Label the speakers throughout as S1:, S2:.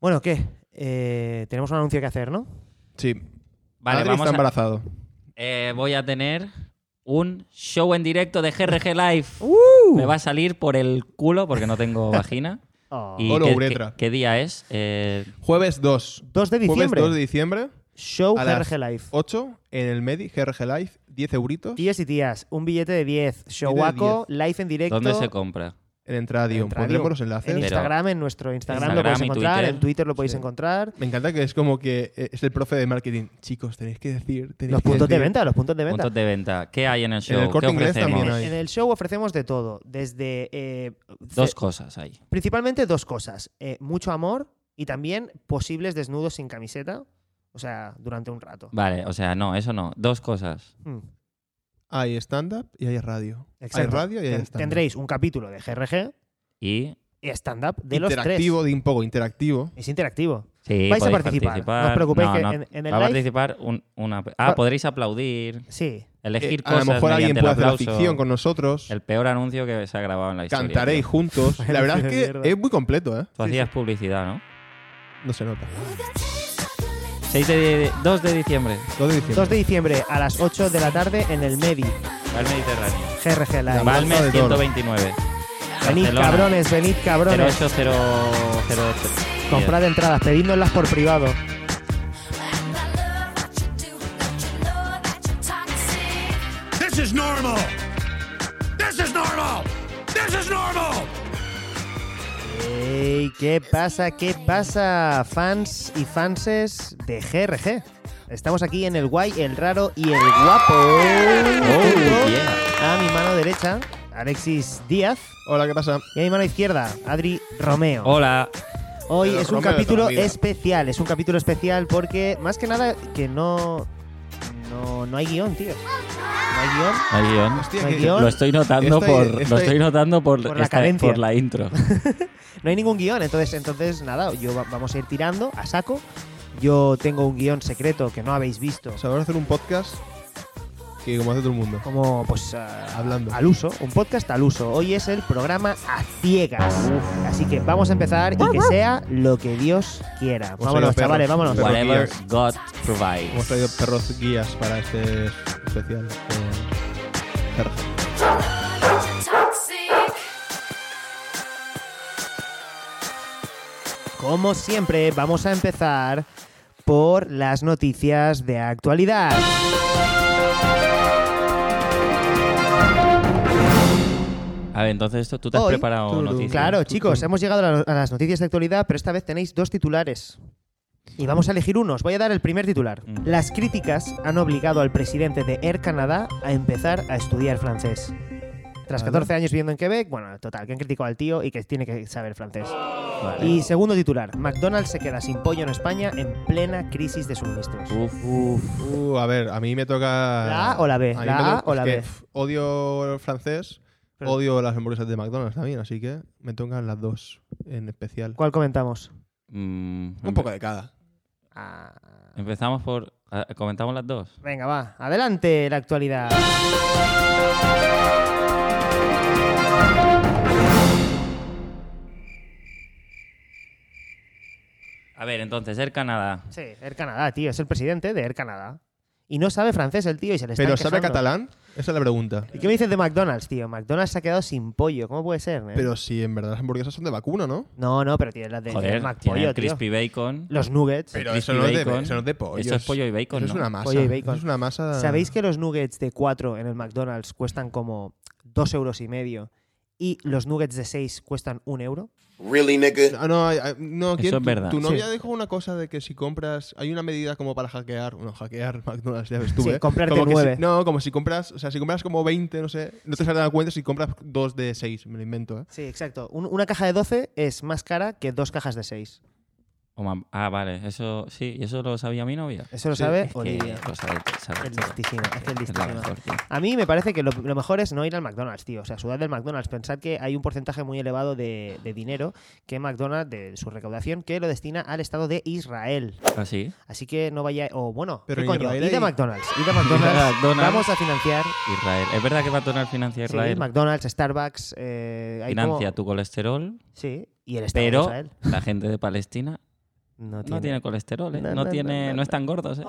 S1: Bueno, ¿qué? Eh, tenemos un anuncio que hacer, ¿no?
S2: Sí.
S3: Vale,
S2: Adri
S3: vamos
S2: está
S3: a-
S2: embarazado.
S3: Eh, voy a tener un show en directo de GRG Live.
S1: Uh.
S3: Me va a salir por el culo porque no tengo vagina.
S1: Oh.
S3: ¿Y
S2: O la
S3: qué,
S2: uretra.
S3: qué- qué día es? Eh,
S2: Jueves 2.
S1: 2 de
S2: Jueves
S1: diciembre.
S2: 2 de diciembre,
S1: Show
S2: a las
S1: GRG Live.
S2: 8, en el Medi, GRG Live, 10 euritos
S1: Tías y tías, un billete de 10. Showaco, live en directo.
S3: ¿Dónde se compra?
S2: en Entradium.
S1: En Radio.
S2: Pondremos los enlaces.
S1: En Instagram, en nuestro Instagram, lo
S3: Instagram
S1: podéis
S3: y
S1: encontrar,
S3: Twitter.
S1: en Twitter lo podéis encontrar.
S2: Me encanta que es como que eh, es el profe de marketing. Chicos, tenéis que decir. tenéis
S1: Los
S2: que
S1: puntos de
S2: decir.
S1: venta, los puntos de venta.
S3: Puntos de venta. ¿Qué hay en el show?
S2: el Corte
S3: ¿Qué
S2: Inglés
S3: ofrecemos?
S2: también
S1: En,
S2: hay.
S1: en el show ofrecemos de todo, desde eh,
S3: Dos
S1: ce-
S3: cosas ahí.
S1: principalmente dos cosas, eh, mucho amor y también posibles desnudos sin camiseta, o sea, durante un rato.
S3: Vale, o sea, no, eso no. Dos cosas.
S1: Mm,
S2: Hay stand-up y hay radio.
S1: exacto.
S2: Hay radio y hay
S1: Ten-
S2: stand-up.
S1: Tendréis un capítulo de GRG
S3: Y.
S1: y stand-up de los tres.
S2: interactivo, de un poco interactivo.
S1: Es interactivo.
S3: Sí,
S1: Vais a
S3: podéis
S1: participar, no os preocupéis que en- en el
S3: va a
S1: live-
S3: participar un- una. Ah,
S1: Va-
S3: podréis aplaudir,
S1: Sí.
S3: elegir
S2: Eh, a
S3: cosas.
S2: lo mejor alguien
S3: mediante
S2: puede
S3: el
S2: hacer la
S3: aplauso.
S2: ficción con nosotros.
S3: El peor anuncio que se ha grabado en la historia.
S2: Cantaréis
S3: tío.
S2: juntos.
S1: Vaya
S2: la verdad
S1: anuncio de
S2: es
S1: mierda.
S2: que es muy completo, ¿eh?
S3: Tú hacías publicidad, ¿no?
S2: No se nota.
S3: 6 de, 2 de diciembre.
S2: 2 de diciembre.
S1: 2 de diciembre a las 8 de la tarde en el Medi,
S3: Va al Mediterráneo.
S1: GRG Live.
S2: Vale.
S3: Valmes
S2: de Toro.
S3: 129.
S1: Venid
S3: Barcelona.
S1: cabrones, venid cabrones.
S3: 08003.
S1: Comprad entradas, pedidnoslas por privado.
S4: This is normal. This is normal. This is normal.
S1: ¡Ey! ¿Qué pasa? ¿Qué pasa? Fans y fanses de GRG. Estamos aquí en el guay, el raro y el guapo. Tengo A mi mano derecha, Alexis Díaz.
S2: Hola, ¿qué pasa?
S1: Y a mi mano izquierda, Adri Romeo.
S3: Hola.
S1: Hoy
S2: Pero
S1: es un
S2: Romeo de
S1: capítulo
S2: toda la vida.
S1: especial. Es un capítulo especial porque, más que nada, que no. No, no hay guión, tío. No hay guión.
S3: Hay guión.
S2: Hostia,
S1: No hay
S2: que-
S1: guión.
S3: Lo estoy notando
S2: Estoy-
S3: por lo
S2: estoy-
S3: estoy notando por,
S1: Por la
S3: esta-
S1: cadencia.
S3: por la intro.
S1: no hay ningún guión, entonces, entonces nada, yo va- vamos a ir tirando a saco. Yo tengo un guión secreto que no habéis visto,
S2: O sea, vamos a hacer un podcast que como hace todo el mundo.
S1: como pues ah,
S2: Hablando.
S1: al uso, un podcast al uso. Hoy es el programa a ciegas, así que vamos a empezar y que sea lo que Dios quiera.
S2: Hemos
S1: vámonos,
S2: traído
S1: chavales,
S2: perros.
S1: vámonos.
S2: Perro
S3: Whatever
S2: guías.
S3: God
S2: Hemos traído
S3: provides.
S2: perros guías para este especial. eh, perro.
S1: Como siempre, vamos a empezar por las noticias de actualidad.
S3: A ver, entonces esto tú te has
S1: Hoy,
S3: preparado
S2: tú,
S3: noticias.
S1: Claro,
S2: Tú,
S1: chicos,
S2: tú.
S1: hemos llegado a la- a las noticias de actualidad, pero esta vez tenéis dos titulares. Y vamos a elegir unos. Voy a dar el primer titular.
S3: Mm.
S1: Las críticas han obligado al presidente de Air Canadá a empezar a estudiar francés. Tras
S2: Vale.
S1: 14 años viviendo en Quebec, bueno, total, que han criticado al tío y que tiene que saber francés.
S3: Vale.
S1: Y segundo titular, McDonald's se queda sin pollo en España en plena crisis de suministros.
S3: Uf, uf.
S2: Uh, a ver, a mí me toca.
S1: ¿La A o la B? ¿La
S2: mí me
S1: A
S2: toca-
S1: o
S2: es
S1: la
S2: que,
S1: B?
S2: pf, Odio el francés,
S1: Pero-
S2: odio las hamburguesas de McDonald's también, así que me tocan las dos en especial.
S1: ¿Cuál comentamos?
S3: Mm,
S2: Un poco de cada.
S1: Ah,
S3: Empezamos por ah, comentamos las dos.
S1: venga, va, adelante la actualidad.
S3: A ver, entonces Air Canadá.
S1: Sí, Air Canadá, tío, es el presidente de Air Canadá. Y no sabe francés el tío y se le está
S2: ¿Pero sabe
S1: quejando.
S2: catalán? Esa es la pregunta.
S1: ¿Y qué me dices de McDonald's, tío? McDonald's se ha quedado sin pollo, ¿cómo puede ser? eh?
S2: Pero si en verdad las hamburguesas son de vacuno, ¿no?
S1: No, no, pero tiene las de
S3: Joder,
S1: McPollo,
S3: tiene el
S1: tío.
S3: crispy bacon.
S1: Los nuggets.
S2: Pero
S3: crispy
S2: eso no, es de,
S3: bacon.
S2: eso no es de pollo.
S3: Eso es pollo y bacon,
S2: Eso es
S3: ¿no?
S2: una masa.
S1: Pollo y bacon.
S2: Eso es una masa.
S1: ¿Sabéis que los nuggets de 4 en el McDonald's cuestan como 2 euros y medio? Y los nuggets de 6 cuestan 1 euro.
S5: Really, nigga?
S2: Ah, no, hay- hay- no, ¿quién?
S3: Eso es
S2: Tu-
S3: verdad.
S2: Tu,
S1: Sí.
S2: novia dijo una cosa de que si compras. Hay una medida como para hackear. Bueno, hackear McDonald's, ya ves tú.
S1: Sí,
S2: ¿eh?
S1: comprarte
S2: Como que
S1: nueve.
S2: si- no, como si compras. O sea, si compras como 20, no sé. No te has dado cuenta si compras dos de seis. Me lo invento, ¿eh?
S1: Sí, exacto. Un- una caja de 12 es más cara que dos cajas de 6.
S3: O mam- ah, vale, eso sí, eso lo sabía mi novia.
S1: Eso lo
S2: Sí,
S1: sabe
S3: Es que
S1: Olivia.
S3: lo sabe, sabe
S1: Es
S3: todo.
S1: listísima, es que es
S3: Es la
S1: listísima.
S3: mejor, tío.
S1: A mí me parece que lo, lo mejor es no ir al McDonald's, tío. O sea, sudar del McDonald's. Pensad que hay un porcentaje muy elevado de, de dinero que McDonald's, de su recaudación, que lo destina al Estado de Israel.
S3: ¿Ah, sí?
S1: Así que no vaya... O bueno,
S2: Pero
S1: ¿qué
S2: en
S1: coño?
S2: Israel
S1: Id a
S2: hay-
S1: McDonald's. Id a McDonald's.
S3: McDonald's.
S1: Vamos a financiar.
S3: Israel. Es verdad que McDonald's financia a
S1: sí,
S3: Israel.
S1: McDonald's, Starbucks... eh, hay como-
S3: financia tu colesterol,
S1: Sí, y el Estado de
S3: pero
S1: Israel.
S3: la gente de Palestina
S1: No
S3: No tiene colesterol, ¿eh?
S1: No,
S3: No,
S1: no, no,
S3: tiene,
S1: no,
S3: no,
S1: no.
S3: están gordos, ¿eh?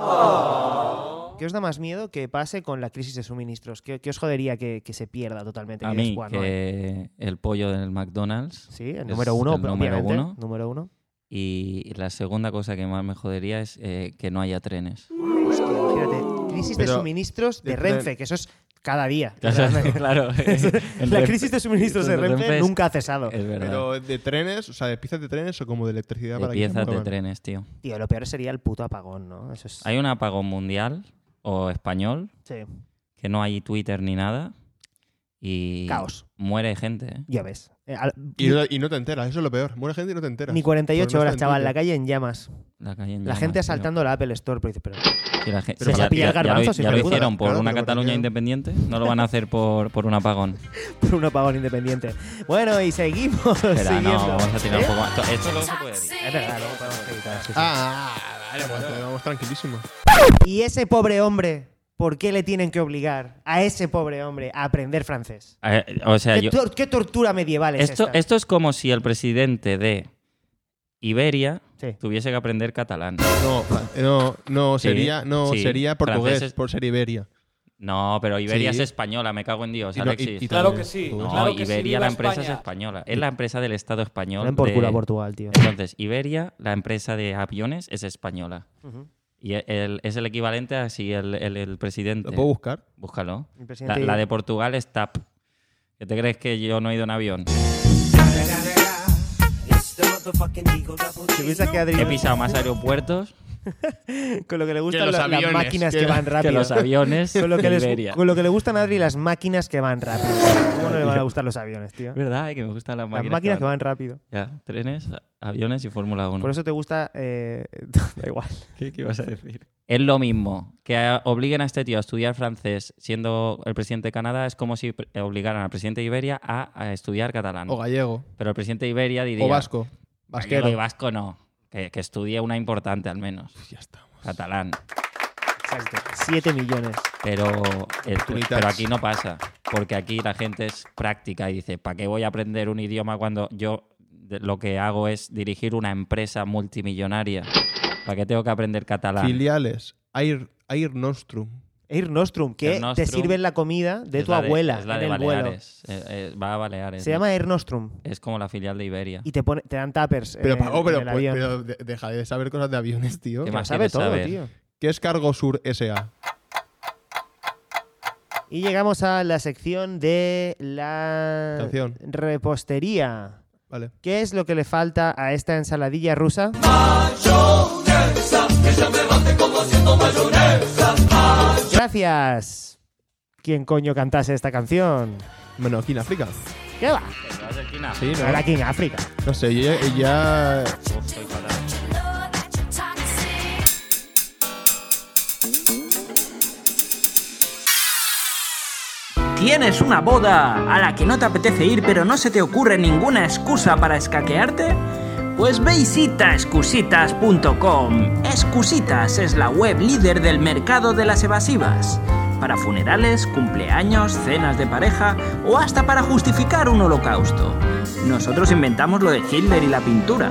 S1: ¿Qué os da más miedo que pase con la crisis de suministros? ¿Qué, qué os jodería que, que se pierda totalmente?
S3: A
S1: Que digas,
S3: mí,
S1: "Buah, no, eh".
S3: que el pollo del McDonald's.
S1: Sí, el
S3: es
S1: número uno,
S3: el número
S1: obviamente.
S3: uno.
S1: Número uno.
S3: Y la segunda cosa que más me jodería es eh, que no haya trenes.
S1: Hostia, imagínate. Crisis de
S2: Pero-
S1: suministros de
S2: de-
S1: Renfe, que eso es cada día.
S3: claro. eh,
S1: La crisis de suministros de Renfe
S3: Renfe es-
S1: nunca ha cesado.
S3: Es verdad.
S2: Pero de trenes, o sea, de piezas de trenes o como de electricidad
S3: de
S2: para que se
S3: piezas de
S2: muevan?
S3: trenes, tío.
S1: Tío, lo peor sería el puto apagón, ¿no? Eso es...
S3: Hay un apagón mundial o español
S1: sí.
S3: que no hay Twitter ni nada y
S1: Caos.
S3: muere gente. ¿eh?
S1: Ya ves. Eh, al-
S2: Y no, y no te enteras, eso es lo peor. Muere gente y no te enteras.
S1: ni
S2: Porque
S1: 48
S2: no
S1: horas,
S2: está en
S1: chaval, la
S2: Twitter.
S1: calle en llamas.
S3: La, calle en
S1: La
S3: llamas,
S1: gente
S3: tío.
S1: asaltando la Apple Store, pero dices, pero
S3: Y la gente-
S1: Pero se va a pillar
S3: ya- ya lo-
S1: garbanzos,
S3: Ya
S1: hijo
S3: lo
S1: de puta.
S3: hicieron por
S2: Claro,
S3: una
S2: pero porque
S3: Cataluña
S2: tienen-
S3: independiente, no lo van a hacer por, por un apagón.
S1: por un apagón independiente. Bueno, y seguimos.
S3: Espera, no,
S1: siguiendo.
S3: vamos a tirar un
S1: ¿Eh?
S3: poco más. Esto- Esto no se puede decir.
S1: Es verdad, luego podemos editar, sí, sí.
S2: Ah, vale, pues te vamos tranquilísimo.
S1: Y ese pobre hombre, ¿por qué le tienen que obligar a ese pobre hombre a aprender francés?
S3: Eh, O sea,
S1: ¿Qué,
S3: yo,
S1: tor- qué tortura medieval es
S3: esto,
S1: esta?
S3: esto es como si el presidente de Iberia
S1: Sí.
S3: tuviese que aprender catalán.
S2: No, fa- no, no,
S3: Sí,
S2: sería, no,
S3: sí.
S2: sería portugués
S3: Franceses-
S2: por ser Iberia.
S3: No, pero Iberia
S2: Sí.
S3: es española, me cago en Dios,
S2: Y no- y-
S3: Alexis.
S2: y
S5: Claro
S2: también
S5: que sí.
S2: portugués.
S3: No,
S5: claro que sí,
S3: Iberia
S5: viva
S3: la empresa
S5: España.
S3: es española. Es la empresa del Estado español.
S1: Ven por
S3: de- Eh,
S1: culo a Portugal, tío.
S3: Entonces, Iberia, la empresa de aviones, es española.
S1: Ujú.
S3: Y e- el- es el equivalente a si el, el- el presidente.
S2: ¿Lo puedo buscar?
S3: Búscalo.
S1: El
S3: La,
S1: presidente-
S3: la de Portugal es TAP. ¿Qué te crees que yo no he ido en avión?
S1: Si piensas que Adri-
S3: He pisado más aeropuertos
S1: con lo que le
S2: que
S1: gustan
S2: los
S1: la- las
S2: aviones,
S1: máquinas que,
S2: que-
S1: van rápido.
S3: que los aviones
S1: Con lo, que
S3: de
S1: les-
S3: Iberia.
S1: con lo que le gustan a Adri las máquinas que van rápido. ¿Cómo no le van a gustar los aviones, tío?
S3: Es verdad, eh, que me gustan las
S1: Las
S3: máquinas.
S1: máquinas que van rápido.
S3: Ya, trenes, a- aviones y Fórmula 1.
S1: Por eso te gusta... eh, da igual.
S3: ¿Qué, ibas a decir? Es lo mismo. Que a- obliguen a este tío a estudiar francés siendo el presidente de Canadá es como si pre- obligaran al presidente de Iberia a, a estudiar catalán.
S2: O gallego.
S3: Pero el presidente de Iberia diría...
S2: O vasco.
S3: "Gallego
S2: Vasquero.
S3: y vasco no. Que, que estudie una importante al menos.
S2: Ya estamos.
S3: Catalán.
S1: Exacto. 7 millones.
S3: Pero, el-
S2: Oportunidades.
S3: pero aquí no pasa. Porque aquí la gente es práctica y dice, ¿para qué voy a aprender un idioma cuando yo de- lo que hago es dirigir una empresa multimillonaria? ¿Para qué tengo que aprender catalán?
S2: Filiales. Air, Air Nostrum.
S1: Air Nostrum, que
S3: Air
S1: te
S3: Nostrum
S1: sirven la comida de
S3: Es
S1: tu
S3: la
S1: abuela
S3: es la
S1: en
S3: de
S1: el vuelo.
S3: Baleares. Eh, eh, va a Baleares.
S1: Se
S3: ¿no?
S1: llama Air Nostrum
S3: Es como la filial de Iberia.
S1: y te, pone- te dan tuppers
S2: Pero,
S1: en,
S2: pa- oh, pero,
S1: Eh, en el
S2: pues,
S1: avión.
S2: pero de- deja de saber cosas de aviones, tío.
S3: ¿Qué
S1: Lo
S3: más
S1: sabe
S3: quieres
S1: todo,
S3: saber?
S1: tío.
S2: ¿Qué es Cargo Sur SA?
S1: Y llegamos a la sección de la
S2: Canción.
S1: repostería.
S2: Vale.
S1: ¿Qué es lo que le falta a esta ensaladilla rusa? Gracias. ¿Quién coño cantase esta canción?
S2: Bueno, aquí en África.
S1: ¿Qué va?
S2: Sí,
S1: No era
S2: ¿no?
S1: aquí en África.
S2: No sé, yo ya- ya...
S6: ¿Tienes una boda a la que no te apetece ir pero no se te ocurre ninguna excusa para escaquearte? Pues ve y cita excusitas.com. Excusitas es la web líder del mercado de las evasivas. Para funerales, cumpleaños, cenas de pareja o hasta para justificar un holocausto. Nosotros inventamos lo de Hitler y la pintura.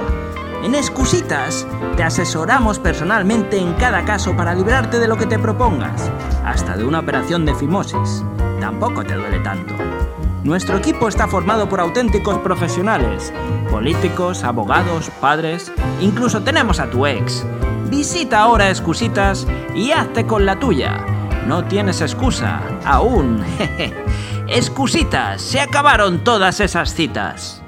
S6: En Excusitas te asesoramos personalmente en cada caso para librarte de lo que te propongas, hasta de una operación de fimosis. Tampoco te duele tanto. Nuestro equipo está formado por auténticos profesionales, políticos, abogados, padres, incluso tenemos a tu ex. Visita ahora Excusitas y hazte con la tuya. No tienes excusa, aún. Excusitas, se acabaron todas esas citas.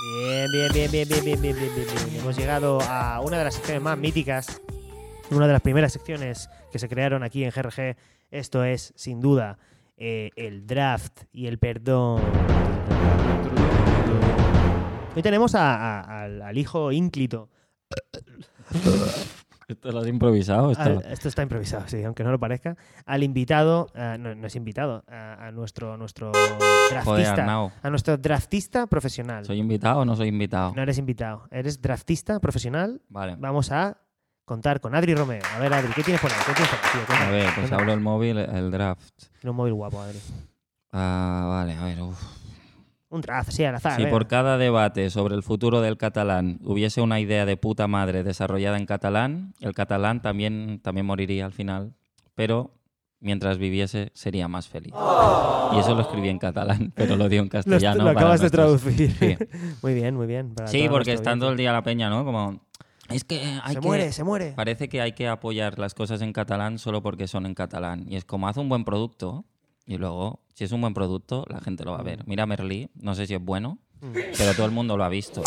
S1: Bien, bien, bien, bien, bien, bien, bien, bien, bien, bien. Hemos llegado a una de las secciones más míticas, una de las primeras secciones que se crearon aquí en GRG. Esto es, sin duda, eh, el draft y el perdón. Hoy tenemos a- a- al, al hijo ínclito.
S3: Esto lo has improvisado. Esto.
S1: Al- esto está improvisado, sí, aunque no lo parezca. Al invitado, ah, no, no es invitado, a, a nuestro, nuestro
S3: Joder,
S1: draftista.
S3: Arnau.
S1: A nuestro draftista profesional.
S3: ¿Soy invitado o no soy invitado?
S1: No eres invitado, eres draftista profesional
S3: Vale.
S1: vamos a contar con Adri Romeo. A ver, Adri, ¿qué tienes por ahí? ¿Qué tienes por ahí, tío? Cuéntame,
S3: A ver, pues
S1: cuéntame.
S3: abro el móvil, el draft.
S1: Tiene un móvil guapo, Adri.
S3: Ah, vale, a ver. uf.
S1: Un trazo, sí, al azar. eh.
S3: Si
S1: venga.
S3: por cada debate sobre el futuro del catalán hubiese una idea de puta madre desarrollada en catalán, el catalán también, también moriría al final, pero mientras viviese sería más feliz. Y eso lo escribí en catalán, pero lo dio en
S1: Lo, est-
S3: castellano.
S1: lo
S3: para
S1: acabas de
S3: nuestros-
S1: traducir.
S3: Sí.
S1: muy bien, muy bien. para
S3: Sí,
S1: toda
S3: porque
S1: nuestra
S3: están todo
S1: audiencia.
S3: el día la peña, ¿no? Como, es que hay
S1: Se
S3: que-
S1: muere, este". se muere.
S3: Parece que hay que apoyar las cosas en catalán solo porque son en catalán. Y es como, haz un buen producto y luego, si es un buen producto, la gente lo va a
S1: Mm.
S3: ver. Mira Merlí, no sé si es bueno, pero todo el mundo lo ha visto.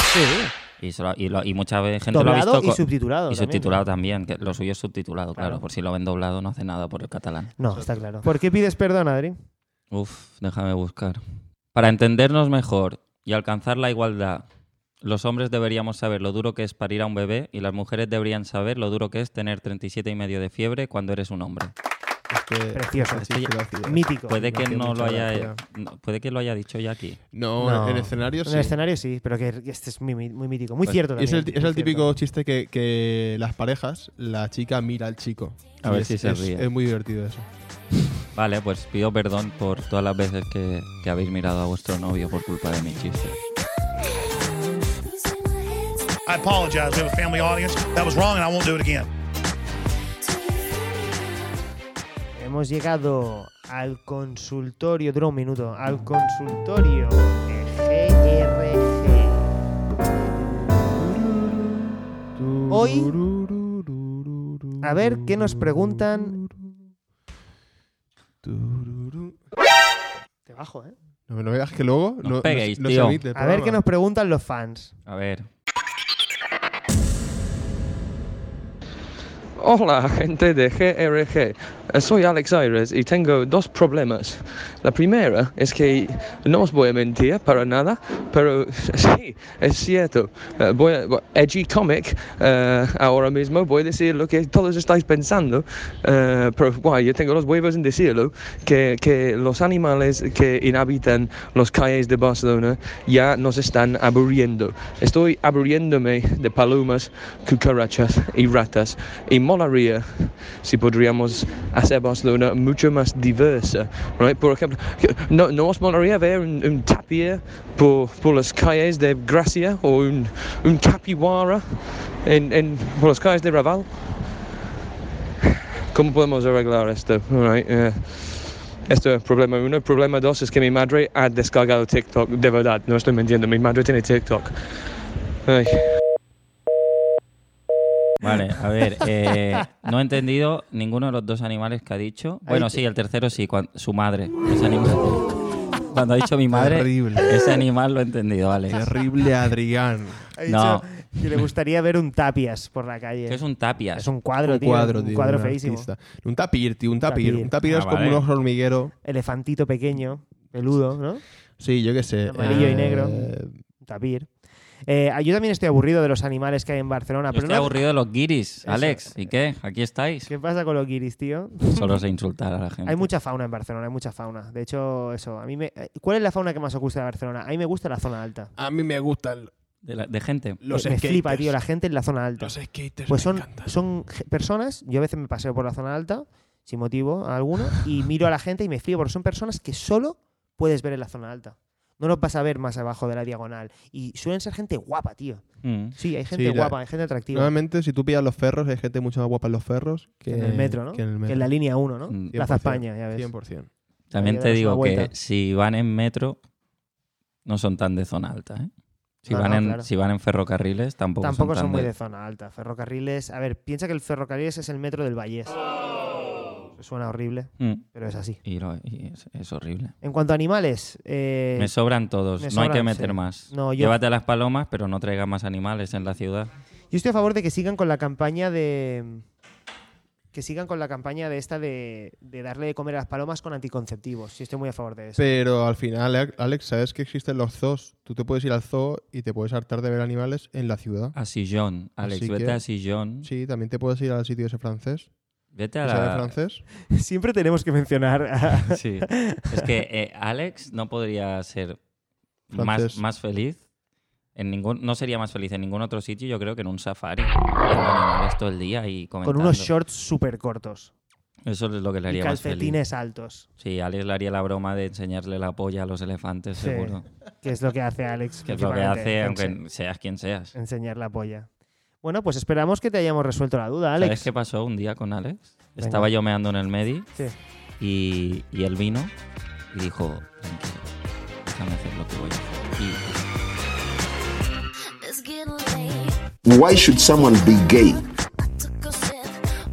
S3: Y, se lo- y lo- y mucha ve- gente lo ha
S1: Doblado
S3: visto.
S1: y
S3: co-
S1: subtitulado.
S3: y
S1: también.
S3: subtitulado también, que lo suyo es subtitulado, claro.
S1: Claro.
S3: Por si lo ven doblado, no hace nada por el catalán.
S1: No, está claro. ¿Por qué pides perdón, Adri?
S3: Uf, déjame buscar. Para entendernos mejor y alcanzar la igualdad, los hombres deberíamos saber lo duro que es parir a un bebé y las mujeres deberían saber lo duro que es tener 37 y medio de fiebre cuando eres un hombre.
S2: Es que-
S1: Precioso.
S2: Sí, sí, lo hacía.
S1: Mítico.
S3: Puede que
S2: gracias,
S3: no lo
S2: muchas
S3: haya,
S2: gracias.
S3: no, puede que lo haya dicho ya aquí.
S2: No,
S1: No.
S2: en escenarios
S1: En
S2: sí.
S1: el escenario sí, pero que este es muy, muy mítico. Muy
S3: Pues,
S1: cierto
S2: es
S1: también.
S2: el, es
S1: muy
S2: el típico chiste que, que las parejas, la chica mira al chico.
S3: A
S2: Y
S3: ver
S2: es-
S3: si se
S2: es-
S3: ríe.
S2: Es muy divertido eso.
S3: Vale, pues pido perdón por todas las veces que, que habéis mirado a vuestro novio por culpa de mi chiste.
S4: I apologize. We have a family audience. That was wrong, and I won't do it again.
S1: cierto. Hemos llegado al consultorio. Dura un minuto. Al consultorio de GRG. Hoy, a ver qué nos preguntan. Te bajo, ¿eh?
S2: No me lo veas que luego no,
S3: No
S2: no-
S3: peguéis,
S2: no se
S3: tío.
S2: emite el
S1: A ver qué
S2: programa.
S1: nos preguntan los fans.
S3: A ver,
S5: Hola gente de GRG, Eh, soy Alex Aires y tengo dos problemas. La primera es que no os voy a mentir para nada, pero sí, es cierto. Eh, voy a- bu- edgy Comic, eh, ahora mismo voy a decir lo que todos estáis pensando, eh, pero guay, yo tengo los huevos en decirlo, que, que los animales que inhabitan los calles de Barcelona ya nos están aburriendo. Estoy aburriéndome de palomas, cucarachas y ratas y molaría si podríamos hacer Barcelona mucho más diversa. Right? Por ejemplo, no, no os molaría ver un, un tapir por, por las calles de Gracia o un, un capiwara en, en, por las calles de Raval. ¿Cómo podemos arreglar esto? All right, eh, esto es problema uno. Problema dos es que mi madre ha descargado TikTok. De verdad, no estoy mintiendo. Mi madre tiene TikTok. Ay.
S3: vale, a ver. eh, no he entendido ninguno de los dos animales que ha dicho. Bueno, sí, el tercero sí, cuan- su madre. Ese animal. Cuando ha dicho mi madre,
S2: Terrible.
S3: ese animal lo he entendido, Alex.
S2: Terrible Adrián.
S1: Ha
S3: No.
S1: dicho que le gustaría ver un tapias por la calle.
S3: Que es un tapia.
S1: Es un cuadro,
S2: un
S1: tío.
S2: cuadro,
S1: un
S2: tío,
S1: cuadro
S2: un
S1: feísimo.
S2: artista. Un tapir, tío, un tapir.
S1: Tapir.
S2: Un tapir
S3: Ah,
S2: es como
S3: vale.
S2: un oso hormiguero.
S1: Elefantito pequeño, peludo, ¿no?
S2: Sí, yo qué sé.
S1: Amarillo y
S2: eh,
S1: negro. Un tapir. Eh, yo también estoy aburrido de los animales que hay en Barcelona.
S3: Yo
S1: Pero
S3: estoy
S1: no-
S3: aburrido de los guiris, Alex. ¿Y qué? Aquí estáis.
S1: ¿Qué pasa con los guiris, tío?
S3: Solo se insultar a la gente.
S1: Hay mucha fauna en Barcelona, hay mucha fauna. De hecho, eso, a mí me... eh, ¿Cuál es la fauna que más os gusta de Barcelona? A mí me gusta la zona alta.
S2: A mí me gustan
S3: De, la- de gente.
S2: los
S1: me, me
S2: skaters.
S1: flipa, tío, la gente en la zona alta.
S2: Los skaters
S1: Pues
S2: me
S1: son,
S2: encantan.
S1: son ge- personas, yo a veces me paseo por la zona alta, sin motivo alguno, y miro a la gente y me flipo, porque son personas que solo puedes ver en la zona alta. No los vas a ver más abajo de la diagonal. Y suelen ser gente guapa, tío.
S3: Mm.
S1: Sí, hay gente
S2: Sí, la-
S1: guapa, hay gente atractiva.
S2: Normalmente, si tú pillas los ferros, hay gente mucho más guapa en los ferros que,
S1: en el metro, ¿no?
S2: Que en el metro.
S1: la línea 1, ¿no?
S3: Mm.
S1: Plaza España, ya ves.
S2: 100%.
S3: También
S1: Ahí
S3: te
S1: damos
S3: digo
S1: una
S3: que
S1: vuelta.
S3: si van en metro, no son tan de zona alta, ¿eh? Si,
S1: No,
S3: van,
S1: no,
S3: en,
S1: claro.
S3: si van en ferrocarriles, tampoco,
S1: Tampoco
S3: son, tan
S1: son muy de zona alta. Ferrocarriles. A ver, piensa que el ferrocarriles es el metro del Vallés. Suena horrible,
S3: Mm.
S1: pero es así.
S3: Y, lo- y es, es horrible.
S1: En cuanto a animales, eh,
S3: me sobran todos,
S1: me
S3: no hay que
S1: sobran,
S3: meter
S1: sí.
S3: más.
S1: No, yo-
S3: Llévate a las palomas, pero no traigas más animales en la ciudad.
S1: Yo estoy a favor de que sigan con la campaña de. Que sigan con la campaña de esta de, de darle de comer a las palomas con anticonceptivos. Sí, estoy muy a favor de eso.
S2: Pero al final, Ale- Alex, ¿sabes que existen los zoos? Tú te puedes ir al zoo y te puedes hartar de ver animales en la ciudad.
S3: A Sillón, Alex,
S2: Así
S3: vete
S2: que-
S3: a Sillón.
S2: Sí, también te puedes ir al sitio ese francés.
S3: Vete a
S2: ¿Sabes
S3: la... Ah.
S2: francés?
S1: Siempre tenemos que mencionar. a-
S3: Sí. Es que eh, Alex no podría ser más,
S2: Francés.
S3: más feliz. En ningún, no sería más feliz en ningún otro sitio, yo creo que en un safari. viendo animales todo el día y
S1: con
S3: comentando.
S1: unos shorts súper cortos.
S3: Eso es lo que
S1: Y
S3: le haría más feliz.
S1: calcetines altos.
S3: Sí, Alex le haría la broma de enseñarle la polla a los elefantes,
S1: Sí.
S3: seguro.
S1: que es lo que hace Alex.
S3: Que es lo que
S1: principalmente,
S3: hace,
S1: ense-
S3: aunque seas quien seas.
S1: Enseñar la polla. Bueno, pues esperamos que te hayamos resuelto la duda, Alex.
S3: ¿Sabes qué pasó un día con Alex? Estaba yo meando en el Medi
S1: Sí.
S3: y, y él vino y dijo, tranquilo, déjame hacer lo que voy a hacer. Y-
S7: It's getting late.
S8: Why should someone be gay?
S7: I took a sip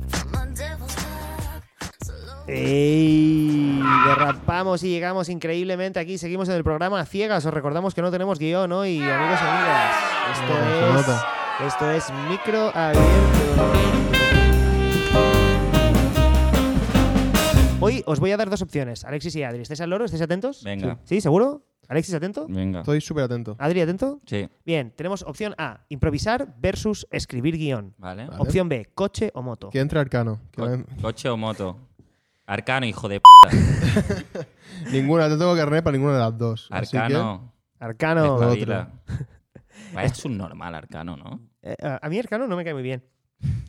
S7: from my devil's cup. So long.
S1: ¡Ey! Derrapamos y llegamos increíblemente aquí. Seguimos en el programa a ciegas. Os recordamos que no tenemos guión hoy, amigos y amigas.
S2: Bueno, se
S1: Esto es.
S2: nota.
S1: Esto es micro abierto. Hoy os voy a dar dos opciones. Alexis y Adri. ¿Estáis al loro? ¿Estáis atentos?
S3: Venga,
S1: ¿Sí? ¿Seguro? ¿Alexis atento?
S3: venga.
S2: Estoy súper atento.
S3: Ah.
S1: ¿Adri atento?
S3: Sí,
S1: Bien, tenemos opción A, improvisar versus escribir guión.
S3: vale.
S2: Vale.
S1: Opción B, coche o moto.
S2: Que entre Arcano. que
S3: Co-
S2: no-
S3: coche o moto. Arcano, hijo de p.
S2: ninguna, no tengo carnet para ninguna de las dos. Así
S3: Arcano,
S1: Arcano.
S3: despabila. Vaya, es un normal Arcano, ¿no?
S1: Eh, a a mí Arcano no me cae muy bien.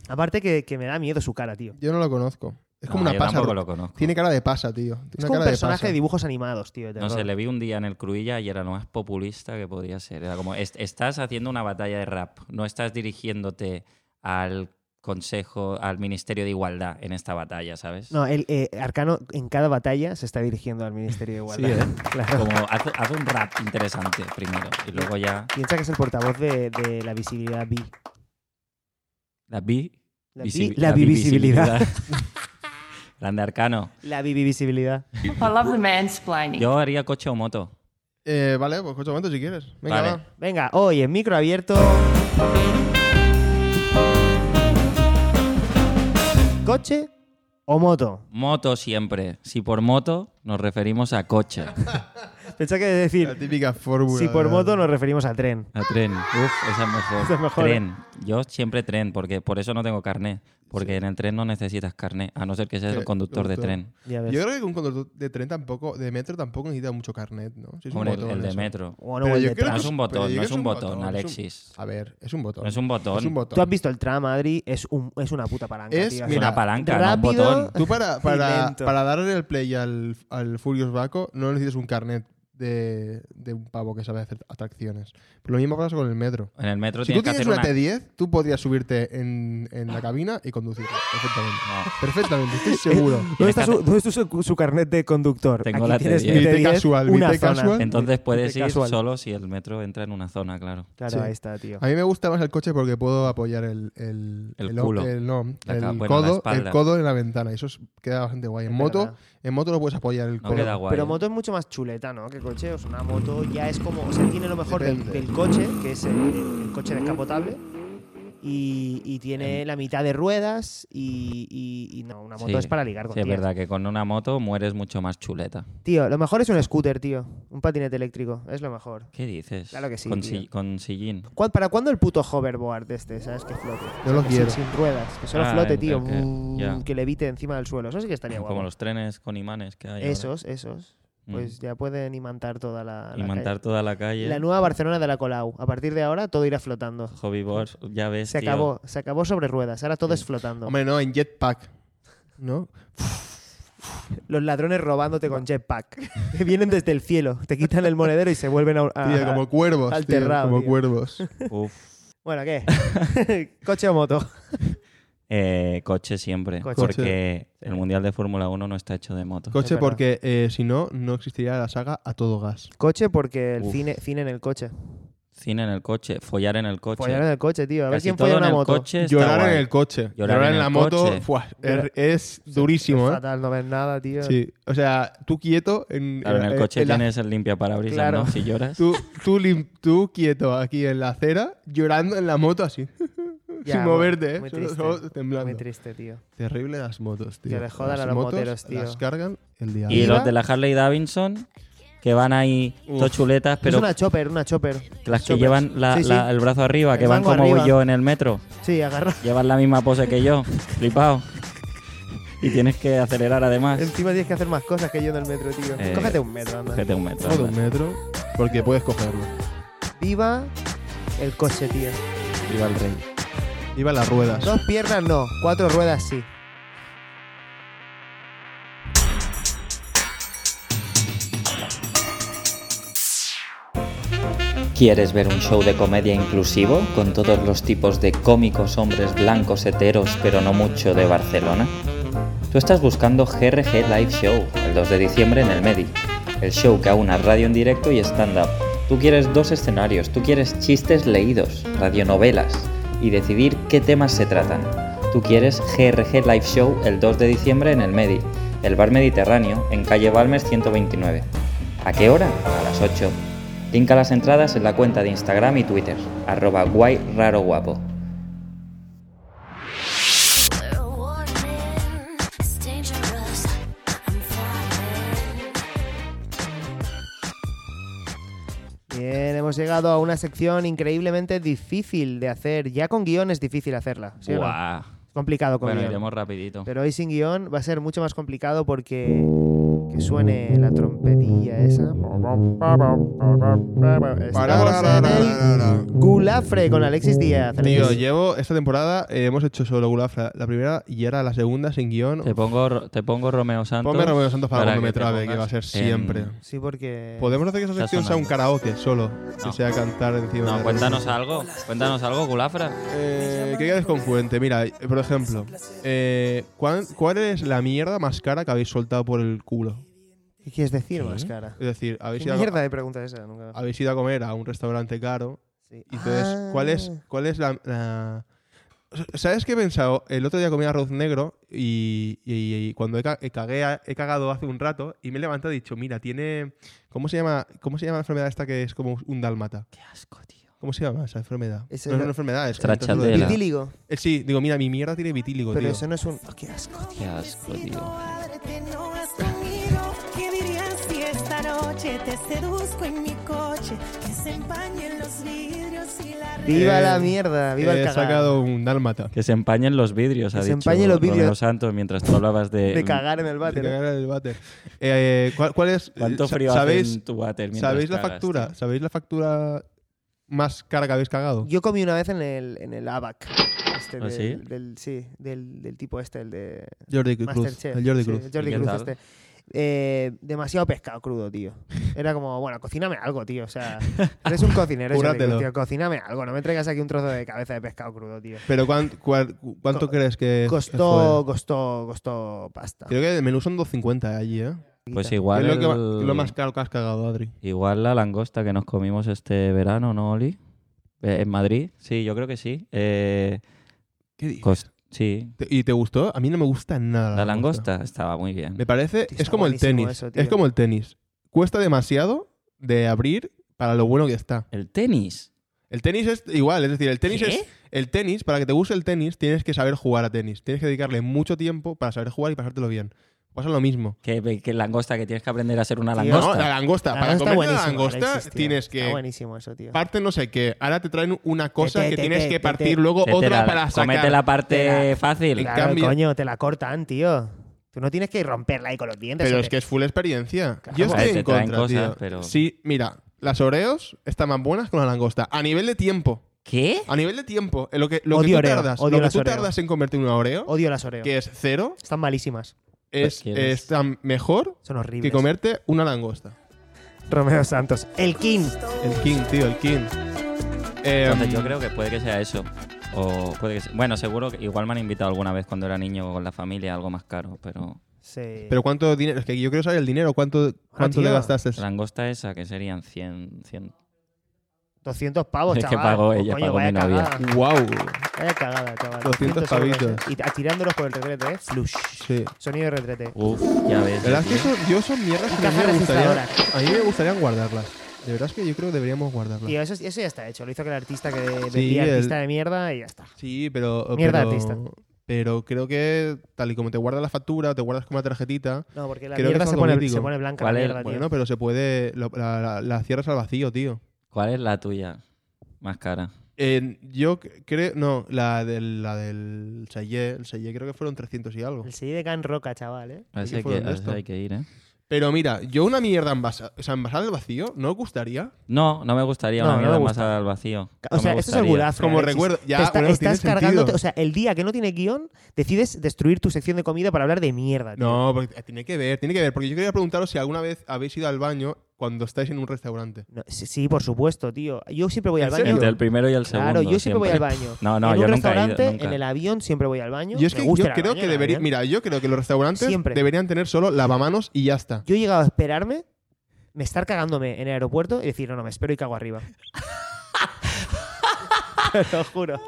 S1: Aparte que, que me da miedo su cara, tío.
S2: que yo no lo conozco. Es como
S3: No,
S2: una
S3: yo
S2: pasa.
S3: tampoco lo conozco.
S2: Tiene cara de pasa, tío. Tiene
S1: Es
S2: una
S1: como un
S2: cara
S1: personaje de,
S2: de pasa.
S1: dibujos animados, tío. de
S3: No sé,
S1: terror.
S3: le vi un día en el Cruilla y era lo más populista que podía ser. Era como, "Est- estás haciendo una batalla de rap, no estás dirigiéndote al Consejo, al Ministerio de Igualdad en esta batalla, ¿sabes?
S1: No, el, eh, Arcano en cada batalla se está dirigiendo al Ministerio de Igualdad. Claro.
S3: Como, haz, haz un rap interesante primero y luego ya
S1: Piensa que es el portavoz de, de la visibilidad bi.
S3: la vi...
S1: La,
S3: visi-
S1: bi- la bivisibilidad.
S3: bivisibilidad. Grande Arcano.
S1: La bivisibilidad.
S9: I love the mansplaining.
S3: Yo haría coche o moto.
S2: Eh, vale, pues coche momento si quieres. Venga,
S3: Vale.
S2: va.
S1: Venga, hoy en micro abierto. ¿Coche o moto?
S3: Moto siempre. Si por moto nos referimos a coche,
S1: Pensaba que
S2: La
S1: decir,
S2: típica fórmula.
S1: si por
S2: de-
S1: moto nos referimos a tren.
S3: a tren. Uf, esa es mejor.
S1: Esa es mejor,
S3: Tren. Yo siempre tren, porque por eso no tengo carné. Porque en el tren no necesitas carné, a no ser que seas
S2: Sí,
S3: el conductor de
S2: conductor.
S3: tren.
S1: Ya ves.
S2: Yo creo que un conductor de tren tampoco, de metro tampoco necesita mucho carnet, ¿no? Si es un
S3: Hombre, el-
S2: botón
S3: el, de
S2: eso.
S3: metro.
S1: Bueno,
S2: Pero
S1: o el
S2: yo
S1: de
S2: creo
S1: tram.
S3: No
S2: que
S3: es un botón,
S2: pero yo
S3: no
S2: creo
S3: es
S2: que
S3: un botón,
S2: es un-
S3: Alexis.
S2: A ver, es un botón.
S3: No es un botón.
S2: Es un botón.
S1: Tú has visto el tram, Adri, es, un, es una puta palanca.
S2: Es-
S1: tío.
S3: Es una
S2: Mira,
S3: palanca, no un
S1: rápido,
S3: botón.
S2: Tú para, para,
S1: lento.
S2: para darle el play al, al Furious Baco no necesitas un carnet de, de un pavo que sabe hacer atracciones. Pero lo mismo pasa con el metro.
S3: En el metro
S2: Si tú
S3: tienes que
S2: tienes
S3: hacer
S2: una
S3: una...
S2: T10, tú podrías subirte en, en la cabina y conducir perfectamente.
S3: No.
S2: Perfectamente, estoy seguro.
S1: ¿Dónde está, su, dónde está su- su carnet de conductor?
S3: Tengo
S1: Aquí
S3: la
S1: tienes
S3: T10.
S1: mi
S2: Mi T
S1: T10,
S2: casual, mi
S1: una
S2: T
S1: zona.
S2: casual.
S3: Entonces puedes ir
S1: casual.
S3: solo si el metro entra en una zona, claro.
S1: Claro,
S2: Sí.
S1: ahí está, tío.
S2: A mí me gusta más el coche porque puedo apoyar el, el,
S3: El culo.
S2: el- no,
S3: La
S2: el
S3: ca- bueno, la
S2: codo,
S3: espalda.
S2: el codo en la ventana. Eso es- queda bastante guay. En
S1: Es
S2: moto,
S1: verdad.
S2: en moto no puedes apoyar el
S3: No
S2: codo.
S3: queda guay.
S1: Pero
S3: ¿eh?
S1: moto es mucho más chuleta, ¿no? Que coche. O sea, una moto ya es como. O sea, tiene lo mejor del,
S2: Depende.
S1: del coche, que es el, el coche descapotable. Y, y tiene la mitad de ruedas. Y, y- y no, una moto
S3: Em. Sí.
S1: es para ligar con
S3: Sí, es
S1: tías.
S3: verdad que con una moto mueres mucho más chuleta.
S1: Tío, lo mejor es un scooter, tío. Un patinete eléctrico. Es lo mejor.
S3: ¿Qué dices?
S1: Claro que sí,
S3: Con,
S1: tío.
S3: si- con sillín.
S1: ¿Cuál- ¿Para cuándo el puto hoverboard este, sabes? Que flote.
S2: Yo lo
S1: Sin-
S2: quiero.
S1: Sin, ruedas. Que solo
S3: Ah,
S1: flote,
S3: el-
S1: tío.
S3: el que-
S1: Mm,
S3: ya.
S1: que levite encima del suelo. Eso sí que estaría guapo.
S3: Como los trenes con imanes que hay. ahora. Mm.
S1: Esos, esos. Pues ya pueden imantar toda la. la
S3: y montar
S1: calle.
S3: toda la calle.
S1: La nueva Barcelona de la Colau. A partir de ahora todo irá flotando.
S3: Hobbyboard, ya ves.
S1: Se
S3: tío.
S1: acabó, se acabó sobre ruedas, ahora todo es flotando.
S2: Hombre, no, en jetpack. ¿No?
S1: Los ladrones robándote con jetpack. Que Vienen desde el cielo, te quitan el monedero y se vuelven a... a-
S2: Tío, como cuervos.
S1: Ah. al
S2: tío,
S1: terrao,
S2: como
S1: tío.
S2: cuervos.
S3: Uf.
S1: Bueno, ¿qué? ¿Coche o moto?
S3: Eh, coche siempre.
S1: Coche.
S3: Porque el mundial de Fórmula 1 no está hecho de moto.
S2: Coche
S1: verdad.
S2: porque eh, si no, no existiría la saga a todo gas.
S1: Coche porque el
S3: Uf.
S1: cine, cine en el coche.
S3: Cine en el coche, follar en el coche.
S1: Follar en el coche, tío. A ver
S3: Casi
S1: quién
S3: todo
S1: folla una
S3: en el
S1: moto.
S3: coche está
S2: Llorar
S3: guay.
S2: en el coche.
S3: Llorar
S2: Llorar,
S3: en
S2: en,
S3: el
S2: la moto
S3: coche.
S2: fuah,
S1: Llorar-
S2: es, es
S1: Es
S2: durísimo, ¿eh?
S1: fatal, no ves nada, tío.
S2: Sí. O sea, tú quieto eh, en,
S3: Claro, en el coche
S2: la-
S3: tienes el limpia parabrisas,
S1: Claro.
S3: ¿no? Si lloras.
S2: tú, tú, lim- tú quieto aquí en la acera, llorando en la moto así.
S1: Ya,
S2: sin
S1: muy-
S2: moverte, ¿eh?
S1: Muy
S2: Solo-
S1: triste,
S2: solo temblando.
S1: muy triste, tío.
S2: Terrible las motos, tío.
S1: Que le jodan
S2: Las
S1: a los
S2: motos
S1: moteros, tío.
S2: Las cargan el día a
S3: Y
S2: día.
S3: los de la Harley Davidson, que van ahí, dos chuletas, pero
S1: es una chopper, una chopper.
S3: las
S1: choppers.
S3: que llevan la-
S1: Sí, sí.
S3: la- el brazo arriba, que
S1: El
S3: van
S1: mango
S3: como
S1: arriba.
S3: yo en el metro.
S1: Sí, agarra.
S3: Llevan la misma pose que yo, flipado. Y tienes que acelerar además.
S1: Encima tienes que hacer más cosas que yo en el metro, tío.
S3: Eh,
S1: Cógete un metro, anda.
S3: Cógete un metro.
S2: Todo
S3: anda.
S2: un metro, porque puedes cogerlo.
S1: Viva el coche, tío.
S3: Viva el rey.
S2: Iba las ruedas.
S1: Dos piernas no, cuatro ruedas sí.
S3: ¿Quieres ver un show de comedia inclusivo con todos los tipos de cómicos hombres blancos heteros, pero no mucho de Barcelona? Tú estás buscando GRG Live Show, el 2 de diciembre en el Medi, el show que aúna radio en directo y stand-up. Tú quieres dos escenarios, tú quieres chistes leídos, radionovelas y decidir qué temas se tratan. Tú quieres GRG Live Show el 2 de diciembre en el Medi, el Bar Mediterráneo, en calle Balmes 129. ¿A qué hora? A las 8. Linka las entradas en la cuenta de Instagram y Twitter, arroba guay raro guapo.
S7: Clear a warning, it's dangerous. I'm falling.
S1: Bien, hemos llegado a una sección increíblemente difícil de hacer. Ya con guión es difícil hacerla. ¿sí o no?
S3: Buah.
S1: Es complicado con
S3: Bueno,
S1: guión.
S3: iremos rapidito.
S1: Pero hoy sin guión va a ser mucho más complicado porque que suene la trompetilla esa. Estamos en el Gulafre con Alexis Díaz.
S2: Tío,
S1: Alexis.
S2: llevo esta temporada, eh, hemos hecho solo Gulafra la primera y ahora la segunda sin guión.
S3: Te pongo, Ro- te pongo Romeo Santos.
S2: Ponme Romeo Santos para, cuando me
S3: te
S2: trabe, que va a
S3: pongas
S2: ser
S3: en-
S2: siempre.
S1: Sí, porque...
S2: Podemos hacer que esa
S3: Está
S2: sección sea un
S3: sonando.
S2: karaoke solo, que
S3: No.
S2: sea cantar encima.
S3: No,
S2: de-
S3: cuéntanos algo. Cuéntanos algo, Gulafra.
S2: Eh, ¿Qué quieres con Fuente? Mira, eh, por ejemplo, eh, ¿cuál, cuál es la mierda más cara que habéis soltado por el culo?
S1: ¿Qué quieres decir, más cara?
S2: Es decir, habéis
S1: ¿Qué
S2: ido,
S1: mierda
S2: a,
S1: de pregunta esa? Nunca.
S2: habéis ido a comer a un restaurante caro
S1: Sí.
S2: y entonces, ¿cuál es,
S1: Ah.
S2: cuál es la, la- ¿Sabes qué he pensado? El otro día comí arroz negro y, y- y cuando he, ca- he cagué a- he cagado hace un rato y me he levantado y he dicho, mira, tiene... ¿Cómo se llama, cómo se llama la enfermedad esta que es como un dálmata?
S3: Qué asco, tío.
S2: ¿Cómo se llama esa enfermedad?
S1: Es
S2: no es
S1: el-
S2: una enfermedad, es...
S3: Stracciatella.
S1: Vitíligo.
S2: Eh, sí, digo, mira, mi mierda tiene vitíligo,
S1: Pero
S2: tío.
S1: eso no es un... Oh, ¡Qué asco, tío!
S3: Qué asco, tío.
S10: ¿Qué dirías si esta noche te seduzco en mi coche? Que se empañen los vidrios y la
S1: ¡Viva
S2: Eh,
S1: la mierda! ¡Viva el
S2: He
S1: cagar!
S2: sacado un dálmata.
S3: Que se empañen los vidrios, ha
S1: Que se
S3: dicho
S1: empañen los
S3: Romeo
S1: vidrios.
S3: Santos mientras tú hablabas de...
S1: De cagar en el
S2: Te
S1: váter. ¿eh?
S2: cagará el váter. Eh, ¿cuál, cuál es?
S3: ¿Cuánto
S2: sa-
S3: frío hace
S2: ¿Sabéis,
S3: en tu váter mientras
S2: ¿sabéis la
S3: cagas,
S2: factura?
S3: tío?
S2: ¿Sabéis la factura más cara que habéis cagado?
S1: Yo comí una vez en el, en el ABAC. Este
S3: ¿Ah,
S1: del,
S3: sí?
S1: Del, sí, del, del tipo este, el de
S2: Jordi Cruz.
S1: Masterchef.
S2: El Jordi
S1: sí,
S2: Cruz.
S1: el Jordi
S3: ¿Y qué
S1: Cruz
S3: tal?
S1: este. Eh, demasiado pescado crudo, tío. Era como, bueno, cocíname algo, tío. O sea, eres un cocinero, Jordi Cruz,
S2: Cúratelo.
S1: tío. Cocíname algo. No me traigas aquí un trozo de cabeza de pescado crudo, tío.
S2: Pero ¿cuán- cuál- ¿cuánto
S1: Co-
S2: crees que
S1: Costó,
S2: que
S1: costó, costó pasta.
S2: fue? Creo que el menú son 2.50 allí, ¿eh?
S3: Pues
S2: ¿Qué
S3: igual,
S2: es lo, que,
S3: el-
S2: ma- lo más caro que has cagado, Adri?
S3: igual la langosta que nos comimos este verano, ¿no, Oli? Eh, en Madrid, sí, yo creo que sí. Eh,
S2: ¿Qué dices?
S3: cos- sí,
S2: ¿Te- ¿Y te gustó? A mí no me gusta nada la,
S3: la langosta estaba muy bien.
S2: Me parece,
S1: Tío,
S2: es
S1: está
S2: como el
S1: buenísimo
S2: tenis.
S1: eso, tío.
S2: es como el tenis. Cuesta demasiado de abrir para lo bueno que está.
S3: El tenis.
S2: El tenis es igual, es decir, el tenis
S3: ¿Qué?
S2: es el tenis, para que te guste el tenis, tienes que saber jugar a tenis. Tienes que dedicarle mucho tiempo para saber jugar y pasártelo bien. Pasa lo mismo.
S3: Que, que langosta, que tienes que aprender a ser una
S1: Tío,
S3: langosta.
S2: No, la langosta.
S1: La
S2: para
S1: langosta
S2: comer la
S1: buenísima,
S2: langosta
S1: Alexis, tío.
S2: tienes
S1: Está
S2: que
S1: buenísimo eso, tío.
S2: parte no sé qué. Ahora te traen una cosa
S1: Te- te-
S2: que
S1: te-
S2: tienes
S1: te-
S2: que
S1: te-
S2: partir luego
S3: Te- te
S2: otra
S3: la-
S2: para
S3: cómete
S2: sacar.
S3: la parte
S1: Te la-
S3: fácil.
S1: Claro,
S2: cambio-
S1: coño, te la cortan, tío. Tú no tienes que romperla ahí con los dientes.
S2: Pero
S1: o
S2: es
S1: te-
S2: que es full experiencia.
S1: Claro.
S2: Yo
S3: Joder,
S2: estoy
S3: te
S2: en
S3: traen
S2: contra,
S3: cosas,
S2: tío.
S3: pero-
S2: Sí, mira, las Oreos están más buenas que la langosta. A nivel de tiempo.
S3: ¿Qué?
S2: A nivel de tiempo. en Lo que, lo que
S1: Odio
S2: tú
S1: Oreo,
S2: tardas,
S1: odio
S2: lo que
S1: las
S2: tú
S1: Oreo.
S2: tardas en convertir en una Oreo,
S1: Odio las Oreo.
S2: que es cero,
S1: Están malísimas.
S2: es,
S3: quieres.
S2: es tan mejor
S1: Son horribles.
S2: que comerte una langosta.
S1: Romeo Santos. El King.
S2: El King, tío, el King. Eh,
S3: Entonces yo creo que puede que sea eso. O puede que se- Bueno, seguro que igual me han invitado alguna vez cuando era niño con la familia, algo más caro, pero
S1: Sí.
S2: Pero cuánto dinero, es que yo quiero saber el dinero, cuánto, cuánto
S1: tío.
S2: le gastaste.
S3: la langosta esa que serían 100, 100.
S1: 200 pavos,
S3: Es que
S1: chaval.
S3: pagó ella,
S1: Coño,
S3: pagó
S1: vaya
S3: mi novia.
S1: cagada.
S2: Wow.
S1: Vaya cagada, chaval.
S2: 200
S1: euros,
S2: pavitos.
S1: eh. Y tirándolos por el retrete, ¿eh? Flush.
S2: Sí.
S1: Sonido de retrete.
S3: Uf, ya ves.
S2: La
S3: eh,
S2: verdad es
S3: tío.
S2: que eso, yo son mierdas
S1: Y
S2: que a mí
S1: caja
S2: me gustaría,
S1: registradora.
S2: a mí me gustarían guardarlas. De verdad es que yo creo que deberíamos
S1: Tío,
S2: guardarlas.
S1: eso, eso ya está hecho. Lo hizo aquel artista que
S2: Sí,
S1: vendía
S2: el-
S1: artista de mierda y ya está.
S2: Sí, pero eh,
S1: Mierda
S2: pero,
S1: artista.
S2: Pero creo que tal y como te guardas la factura, te guardas como una tarjetita.
S1: No, porque la
S2: Creo que
S1: mierda
S2: es
S1: se pone,
S2: automático.
S1: se pone blanca.
S3: ¿Cuál
S1: la
S3: es?
S1: mierda, tío.
S2: Bueno, pero se puede lo- la, la- la cierras al vacío, tío.
S3: ¿Cuál es la tuya más cara?
S2: Eh, yo c- creo no, la del la del Sayé, el Sayé creo que fueron 300 y algo.
S1: El CD de Can Roca, chaval, ¿eh?
S3: A
S2: qué
S3: ese hay
S2: fue
S3: que,
S2: de
S3: a ese
S2: esto?
S3: hay que ir, ¿eh?
S2: Pero mira, yo una mierda envasada, o sea, envasada al vacío, no os gustaría.
S3: No, no me gustaría
S1: No,
S3: una
S1: no me
S3: mierda
S1: gusta.
S3: envasada al vacío.
S1: O
S3: No
S1: sea,
S3: me
S1: esto es el
S3: gustaría.
S1: gulafre.
S2: Como
S1: Alexis.
S2: recuerdo- ya,
S1: Te está-
S2: bueno, tiene
S1: estás cargándote.
S2: sentido.
S1: O sea, el día que no tiene guión, decides destruir tu sección de comida para hablar de mierda, tío.
S2: No, porque tiene que ver, tiene que ver. Porque yo quería preguntaros si alguna vez habéis ido al baño cua- cuando estáis en un restaurante.
S1: No, sí, sí, por supuesto, tío. Yo siempre voy al
S2: ¿En
S1: baño.
S2: serio?
S3: Entre el primero y el segundo.
S1: Claro, yo siempre, voy al
S3: siempre.
S1: baño.
S3: No, no,
S1: en
S3: yo
S1: un
S3: nunca he ido,
S1: restaurante,
S3: nunca.
S1: en el avión siempre voy al baño.
S2: Yo es que
S1: Me gusta ¿eh?
S2: yo
S1: el
S2: creo
S1: baño,
S2: que
S1: el
S2: debería,
S1: avión.
S2: mira, yo creo que los restaurantes
S1: Siempre.
S2: deberían tener solo lavamanos y ya está.
S1: Yo he llegado a esperarme, me estar cagándome en el aeropuerto y decir, no, no, me espero y cago arriba. Te lo juro.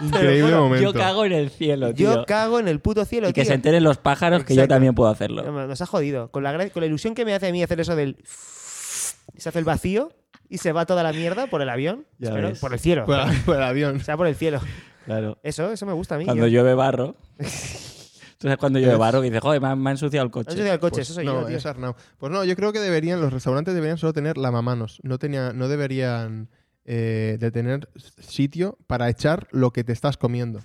S2: Increíble momento.
S3: Yo cago en el cielo, tío.
S1: Yo cago en el puto cielo,
S3: y que
S1: tío.
S3: se enteren los pájaros que yo
S1: Exacto.
S3: también puedo hacerlo.
S1: Nos ha jodido. Con la, gra- con la ilusión que me hace a mí hacer eso del... Se hace el vacío y se va toda la mierda por el avión.
S3: Ya
S1: Espero,
S3: ves.
S1: por el cielo.
S2: Por, el- por el
S1: O
S2: avión.
S1: sea, por el cielo.
S3: Claro.
S1: Eso, eso me gusta a mí.
S3: Cuando
S1: yo-
S3: llueve barro. Entonces cuando llueve
S2: Es-
S3: barro que dices, joder, me ha, me ha ensuciado el
S1: No
S3: coche.
S1: sé si al coche,
S2: Pues
S1: eso soy
S2: no,
S1: yo, tío.
S2: es Arnau. Pues no, yo creo que deberían, los restaurantes deberían solo tener lavamanos. No, tenía, no deberían eh, de tener sitio para echar lo que te estás comiendo.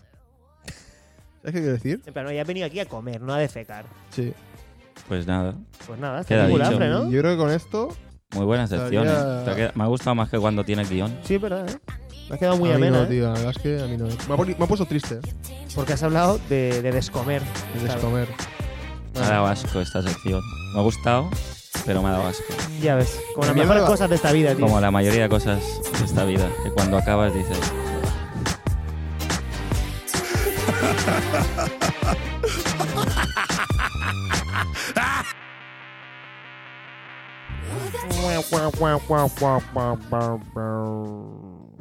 S2: ¿Sabes qué quiero decir?
S1: En plan, no, ya he venido aquí a comer, no a defecar.
S2: Sí.
S3: Pues nada.
S1: Pues nada,
S3: Queda
S1: tengo
S3: dicho.
S1: hambre, ¿no?
S2: Yo creo que con esto
S3: Muy buenas
S2: Estaría-
S3: secciones. Te ha quedado- Me ha gustado más que cuando tiene guión.
S1: Sí, es verdad, ¿eh? Me ha quedado muy
S2: a mí
S1: ameno,
S2: no,
S1: ¿eh?
S2: tío, la verdad es que a mí no. Me ha, poni- me ha puesto triste eh,
S1: Porque has hablado de, de descomer.
S2: el
S1: Claro.
S2: descomer.
S3: Me ha dado asco esta sección. Me ha gustado, pero me ha dado asco.
S1: Ya ves, como
S2: A
S1: las
S2: mí me
S1: mejores
S2: va-
S1: cosas de esta vida, tío.
S3: Como la mayoría de cosas de esta vida, que cuando acabas dices,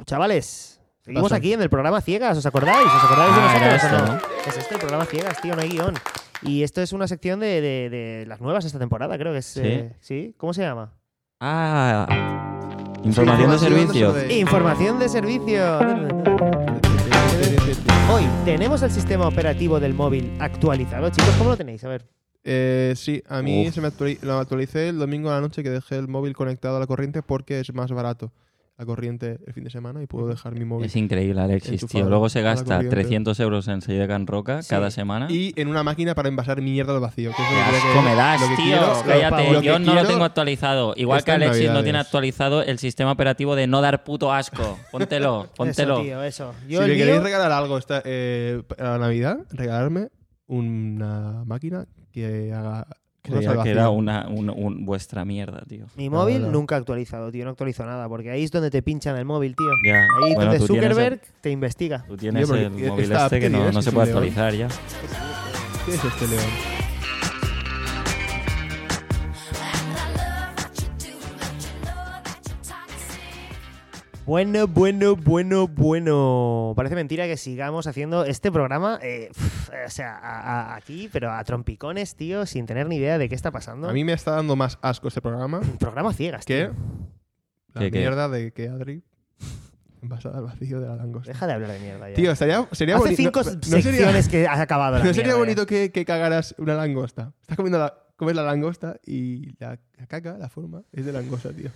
S1: Chavales, seguimos
S2: Pasa.
S1: aquí en el programa Ciegas, ¿os acordáis? ¿Os acordáis de
S3: Ah,
S1: nosotros
S3: era
S1: o
S3: esto,
S1: no?
S3: ¿no?
S1: Es este el programa Ciegas, tío, no hay guión. Y esto es una sección de, de- de las nuevas esta temporada, creo que es.
S3: ¿Sí?
S1: eh, ¿sí? ¿Cómo se llama?
S3: ¡ah! Información de servicio.
S2: sobre-
S1: Información de servicio. Hoy tenemos el sistema operativo del móvil actualizado, chicos. ¿Cómo lo tenéis? A ver.
S2: Eh, sí, a mí
S3: Uf.
S2: se me actuali- lo actualicé el domingo a la noche que dejé el móvil conectado a la corriente porque es más barato la corriente el fin de semana y puedo dejar mi móvil.
S3: Es increíble, Alexis,
S2: Enchufado
S3: tío. Luego se
S2: a la
S3: gasta
S2: corriente.
S3: 300 euros en Seideca en Roca
S1: Sí.
S3: cada semana.
S2: Y en una máquina para envasar mierda al vacío. Que es lo que creo
S3: Asco
S2: que-
S3: me das,
S2: lo que
S3: tío.
S2: quiero- lo-
S3: Cállate,
S2: lo que
S3: yo no lo
S2: quiero-
S3: tengo actualizado. Igual que
S2: está en
S3: Alexis no
S2: Navidades.
S3: tiene actualizado el sistema operativo de no dar puto asco. Póntelo,
S1: Eso,
S3: póntelo.
S1: tío, eso. Yo
S2: Si
S1: el
S2: me
S1: mío-
S2: queréis regalar algo esta, eh, para Navidad, regalarme una máquina que haga. que no sea
S3: Creía que
S2: vacío.
S3: era una, un- un- vuestra mierda, tío.
S1: Mi
S2: No,
S1: móvil
S2: no.
S1: nunca actualizado, tío. No actualizo nada, porque ahí es donde te pinchan el móvil, tío.
S3: Ya.
S1: Ahí
S3: Bueno,
S1: donde
S3: tú tienes
S1: Zuckerberg te investiga.
S3: Tú tienes
S2: Tío, porque
S3: el
S2: esta
S3: móvil
S2: app
S3: este que
S2: que
S3: no,
S2: tienes
S3: no
S2: es
S3: se
S2: un
S3: puede
S2: león.
S3: actualizar ya.
S2: ¿Qué es este león?
S1: Bueno, bueno, bueno, bueno. Parece mentira que sigamos haciendo este programa, eh, pf, o sea, a- a- aquí, pero a trompicones, tío, sin tener ni idea de qué está pasando.
S2: A mí me está dando más asco este programa
S1: Programa ciegas,
S2: que
S1: tío.
S2: la
S3: ¿Qué, qué?
S2: mierda de que Adri envasada al vacío de la langosta.
S1: Deja de hablar de mierda ya.
S2: Tío, estaría, sería
S1: Hace
S2: boni-
S1: cinco
S2: no- no sería-
S1: secciones que has acabado la
S2: ¿No sería
S1: mierda eh. ya.
S2: bonito que, que cagaras una langosta? Estás comiendo la, comes la langosta y la, la caca, la forma, es de langosta, tío.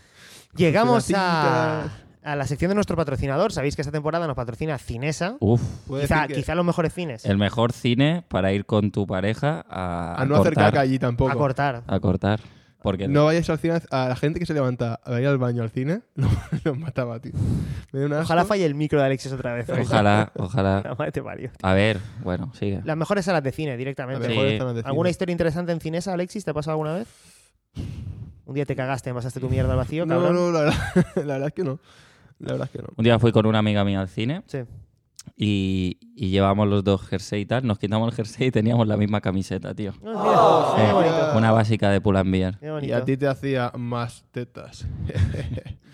S1: Llegamos a,
S2: Pedacitas.
S1: a la sección de nuestro patrocinador. Sabéis que esta temporada nos patrocina Cinesa.
S3: Uf.
S2: Puedo
S1: Quizá,
S2: decir que
S1: quizá los mejores cines.
S3: El mejor cine para ir con tu pareja a,
S2: a no hacer
S3: cortar,
S2: caca allí tampoco.
S1: A cortar.
S3: A cortar. Porque
S2: No vayáis al cine, a la gente que se levanta a ir al baño al cine, lo- los mataba, tío. Me dio un asco.
S1: Ojalá falle el micro de Alexis otra vez.
S3: ojalá, ojalá.
S1: La madre te parió.
S3: A ver, bueno, sigue.
S1: Las mejores salas de cine
S2: Las
S1: directamente.
S3: Sí.
S2: mejores zonas de cine.
S1: eh, ¿Alguna historia interesante en cinesa, Alexis? ¿Te ha pasado alguna vez? Un día te cagaste, envasaste tu mierda al vacío,
S2: No,
S1: cabrón.
S2: no, la verdad, la verdad es que no. La verdad es que no.
S3: Un día fui con una amiga mía al cine
S1: Sí.
S3: y, y llevamos los dos jersey y tal. Nos quitamos el jersey y teníamos la misma camiseta, tío.
S1: No,
S2: Oh,
S1: mira, mira,
S3: Eh,
S2: Ah.
S1: bonito.
S3: una básica de Pull&Bear.
S1: mira
S2: Y
S1: bonito.
S2: a ti te hacía más tetas.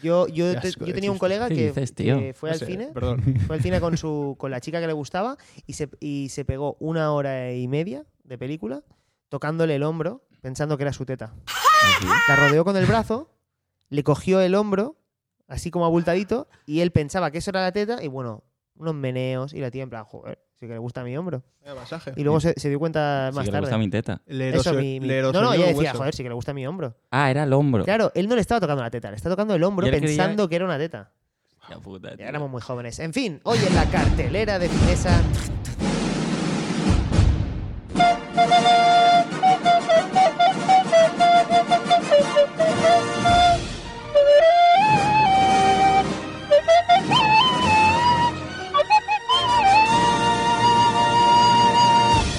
S1: Yo, yo,
S2: Qué
S1: te-
S2: asco
S1: yo
S2: de
S1: tenía un
S2: chiste.
S1: colega
S3: ¿Qué
S1: que,
S3: dices, tío?
S1: que fue
S2: No
S1: al
S2: sé,
S1: cine.
S2: Perdón.
S1: Fue al cine con, su, con la chica que le gustaba y se, y se pegó una hora y media de película tocándole el hombro pensando que era su teta.
S2: Ah.
S1: La rodeó con el brazo, le cogió el hombro, así como abultadito, y él pensaba que eso era la teta y bueno, unos meneos y la tía en plan, joder, sí que le gusta mi hombro.
S2: Vaya masaje.
S1: Y luego se, se dio cuenta
S3: Sí
S1: más
S3: que le
S1: tarde.
S3: gusta mi teta.
S2: Le
S1: Eso,
S2: erosio-
S1: mi- mi-
S2: le
S1: No,
S2: erosionó
S1: no, ella
S2: el
S1: decía,
S2: hueso.
S1: joder, sí que le gusta mi hombro.
S3: Ah, era el hombro.
S1: Claro, él no le estaba tocando la teta, le estaba tocando el hombro
S3: Y él creía-
S1: pensando que era una teta.
S3: Ya, puta, tío.
S1: Ya éramos muy jóvenes. En fin, hoy en la cartelera de finesa.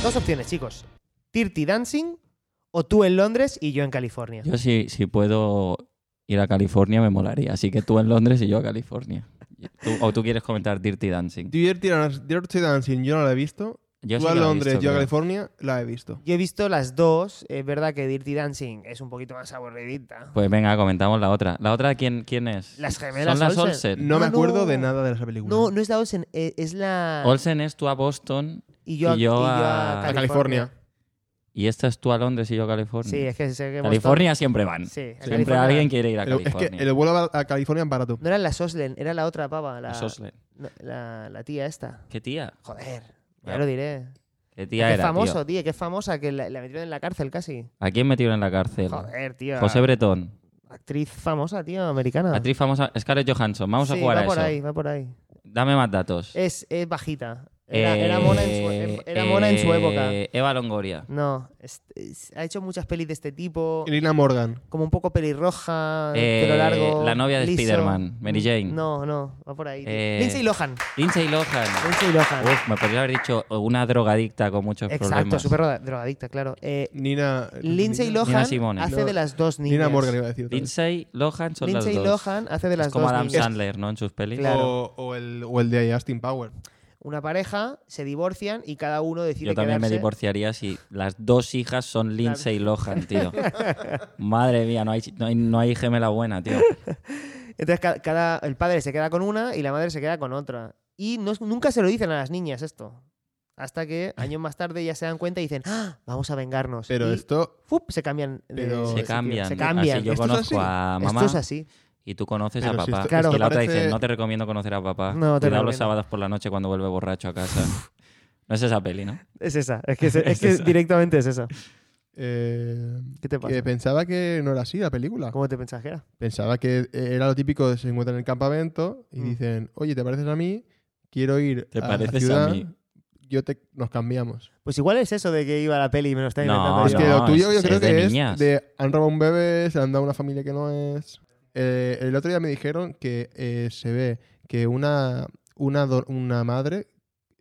S1: Dos opciones, chicos. Dirty Dancing o tú en Londres y yo en California.
S3: Yo si, si puedo
S4: ir a California me molaría. Así que tú en Londres y yo a California. Tú- o tú quieres comentar Dirty Dancing.
S2: Dirty Dan- Dirty Dancing yo no la he visto.
S4: Yo
S2: Tú
S4: sí
S2: a
S4: la he
S2: Londres,
S4: visto,
S2: yo a
S4: creo.
S2: California, la he visto.
S1: Yo he visto las dos. Es verdad que Dirty Dancing es un poquito más aburridita.
S4: Pues venga, comentamos la otra. ¿La otra quién, quién es?
S1: Las gemelas
S4: Son las
S1: Olsen.
S4: Olsen.
S2: No me
S1: Ah,
S2: acuerdo
S1: no.
S2: de nada de esa película.
S1: No, no es la Olsen, eh, es la.
S4: Olsen es tú a Boston
S1: Y yo, a-
S4: y yo a-
S2: a California.
S4: y esta es tú a Londres y yo a California.
S1: Sí, es que sé que.
S4: California siempre van.
S1: Sí, a
S4: siempre
S1: California.
S4: alguien quiere ir a
S2: El- es
S4: California.
S2: que el vuelo a a California es barato.
S1: No era la Soslen, era la otra pava, la,
S4: Las Olsen.
S1: no, la, la tía esta.
S4: ¿Qué tía?
S1: Joder, ya
S4: Bueno,
S1: lo diré.
S4: ¿Qué
S1: Que
S4: tía
S1: es
S4: era,
S1: famoso,
S4: tío?
S1: tío. que es famosa, que la, la metieron en la cárcel casi.
S4: ¿A quién metieron en la cárcel?
S1: Joder, tío.
S4: José Bretón.
S1: Actriz famosa, tío, americana.
S4: Pues Actriz famosa. Scarlett Johansson. Vamos a
S1: Sí,
S4: jugar
S1: va
S4: a
S1: por
S4: eso.
S1: ahí, va por ahí.
S4: Dame más datos.
S1: Es, es bajita. Eh, Era,
S4: Eh,
S1: era mona, en su, em- era mona en su época.
S4: eh, Eva Longoria.
S1: No, es- es- ha hecho muchas pelis de este tipo.
S2: Elena Morgan.
S1: Como un poco pelirroja,
S4: Eh,
S1: pelo largo.
S4: la novia de
S1: liso. Mm,
S4: Spiderman, Mary Jane.
S1: No, no, va por ahí. tío.
S4: Eh,
S1: Lindsay Lohan.
S4: Lindsay Lohan.
S1: Lindsay Lohan.
S4: Uf, me podría haber dicho una drogadicta con muchos
S1: Exacto,
S4: problemas.
S1: súper droga- drogadicta, claro. Eh,
S2: Nina.
S1: Lindsay
S2: Nina-
S1: Lohan
S4: Simone.
S1: hace
S2: No,
S1: de las dos niñas.
S2: Nina Morgan iba a decir.
S4: Lindsay Lohan son
S1: Lindsay
S4: las dos.
S1: Lohan hace de las
S4: es como
S1: dos
S4: Adam
S1: niñas.
S4: Sandler, ¿no? En sus pelis.
S1: Claro.
S2: O, o el, o el de Austin Power.
S1: Una pareja, se divorcian y cada uno decide
S4: Yo también me
S1: quedarse.
S4: divorciaría si las dos hijas son Lindsay Lohan, tío. Madre mía, no hay, no, hay, no hay gemela buena, tío.
S1: Entonces ca- cada, el padre se queda con una y la madre se queda con otra. Y no es- nunca se lo dicen a las niñas esto. Hasta que años más tarde ya se dan cuenta y dicen, "Ah, vamos a vengarnos.
S2: Pero
S1: y,
S2: esto.
S1: ¡fup! se cambian. de
S2: Pero-
S1: sitio,
S4: Se cambian.
S1: Se cambian.
S4: Así yo
S2: ¿Esto es
S4: conozco
S2: así?
S4: a mamá
S1: Esto es así.
S4: y tú conoces a
S2: Pero si
S4: papá.
S2: esto-
S1: Claro.
S4: y la otra
S2: parece-
S4: dice, no te recomiendo conocer a
S1: No
S4: papá.
S1: te
S4: Cuidado los
S1: recomiendo.
S4: sábados por la noche cuando vuelve borracho a casa. no es esa peli, ¿no?
S1: Es esa. Es que, es, es
S4: Es
S1: que
S4: esa.
S1: directamente es esa.
S2: eh,
S1: ¿Qué te
S2: que
S1: pasa?
S2: pensaba que no era así la película.
S1: ¿Cómo te pensás que era?
S2: Pensaba que era lo típico de se encuentran en el campamento y
S1: Mm.
S2: dicen, oye, ¿te pareces a mí? Quiero ir
S4: ¿Te
S2: a la
S4: pareces
S2: ciudad.
S4: a mí?
S2: Yo te, nos cambiamos.
S1: Pues igual es eso de que iba a la peli y me lo está
S4: No,
S1: inventando.
S2: es
S1: yo.
S2: que lo
S4: no,
S2: tuyo
S4: es-
S2: yo creo
S4: es
S2: que
S4: de
S2: es
S4: niñas.
S2: de han robado un bebé, se lo han dado a una familia que no es. Eh, el otro día me dijeron que eh, se ve que una, una, do- una madre,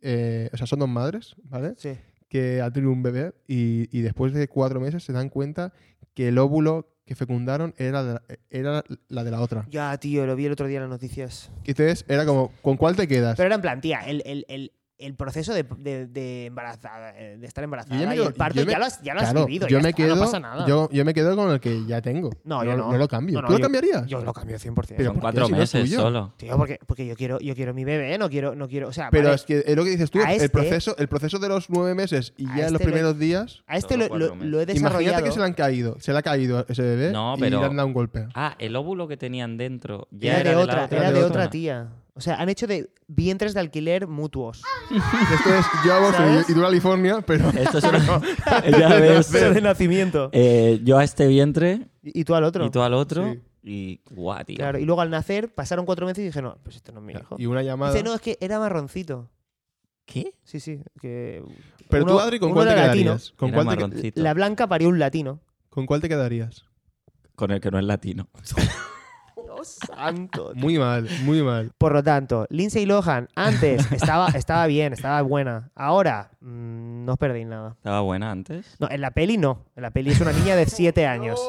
S2: eh, o sea, son dos madres, ¿vale?
S1: Sí.
S2: Que ha tenido un bebé y, y después de cuatro meses se dan cuenta que el óvulo que fecundaron era, de la- era la de la otra.
S1: Ya, tío, lo vi el otro día en las noticias.
S2: Entonces era como, ¿con cuál te quedas?
S1: Pero era en plan, tía, el, el- el- el proceso de, de- de embarazada, eh, de estar embarazada
S2: Yo ya me
S1: y
S2: quedo-
S1: el parto,
S2: yo me-
S1: ya lo has, ya lo has
S2: Claro,
S1: vivido.
S2: yo
S1: ya
S2: me
S1: está,
S2: quedo,
S1: no pasa nada.
S2: Yo, yo me quedo con el que ya tengo.
S1: No, yo no.
S2: lo cambio.
S1: No, no,
S2: ¿Tú
S1: yo-
S2: lo cambiarías?
S1: Yo lo cambio 100%.
S2: Pero ¿por
S4: Son
S2: qué
S4: cuatro
S2: si no es
S4: meses
S2: tuyo?
S4: solo.
S1: Tío, porque, porque yo quiero yo quiero mi bebé, no quiero, no quiero. O sea,
S2: Pero
S1: vale,
S2: es que es lo que dices tú,
S1: A
S2: el,
S1: este-
S2: proceso, el proceso de los nueve meses y
S1: A
S2: ya en los
S1: este le-
S2: primeros días.
S1: a este
S4: Solo
S1: lo,
S4: cuatro
S1: lo-
S4: meses.
S1: lo he desarrollado.
S2: Imagínate que se le han caído, se le ha caído a ese bebé
S4: No,
S2: y
S4: pero-
S2: le han dado un golpe.
S4: Ah, el óvulo que tenían dentro
S1: era,
S4: ya era,
S1: de
S4: la
S1: otra, era de
S2: de
S1: otra
S4: persona.
S1: tía. O sea, han hecho de vientres de alquiler mutuos.
S2: Esto es yo a
S1: ¿Sabes?
S2: vos y tú a California, pero
S4: Esto es una... ya ves.
S1: Pero de nacimiento.
S4: Eh, yo a este vientre
S1: Y y tú al otro.
S4: y tú al otro.
S2: Sí.
S4: Y guau, tío.
S1: Claro, y luego al nacer pasaron cuatro meses y dije, no, pues esto no es mi hijo.
S2: y una llamada.
S1: Dice, no, es que era marroncito.
S4: ¿Qué?
S1: Sí, sí. Que
S2: pero tú,
S1: uno-
S2: Adri, ¿con
S1: uno
S2: cuál te
S1: era latino.
S2: quedarías? ¿Con
S4: Era
S2: cuál te, que-
S4: marroncito.
S1: La blanca parió un latino.
S2: ¿Con cuál te quedarías?
S4: Con el que no es latino.
S1: Dios santo.
S2: Muy mal, muy mal.
S1: Por lo tanto, Lindsay Lohan antes estaba, estaba bien, estaba buena. Ahora, mm, no os perdéis nada.
S4: Estaba buena antes.
S1: No, en la peli no. En la peli es una niña de 7 años.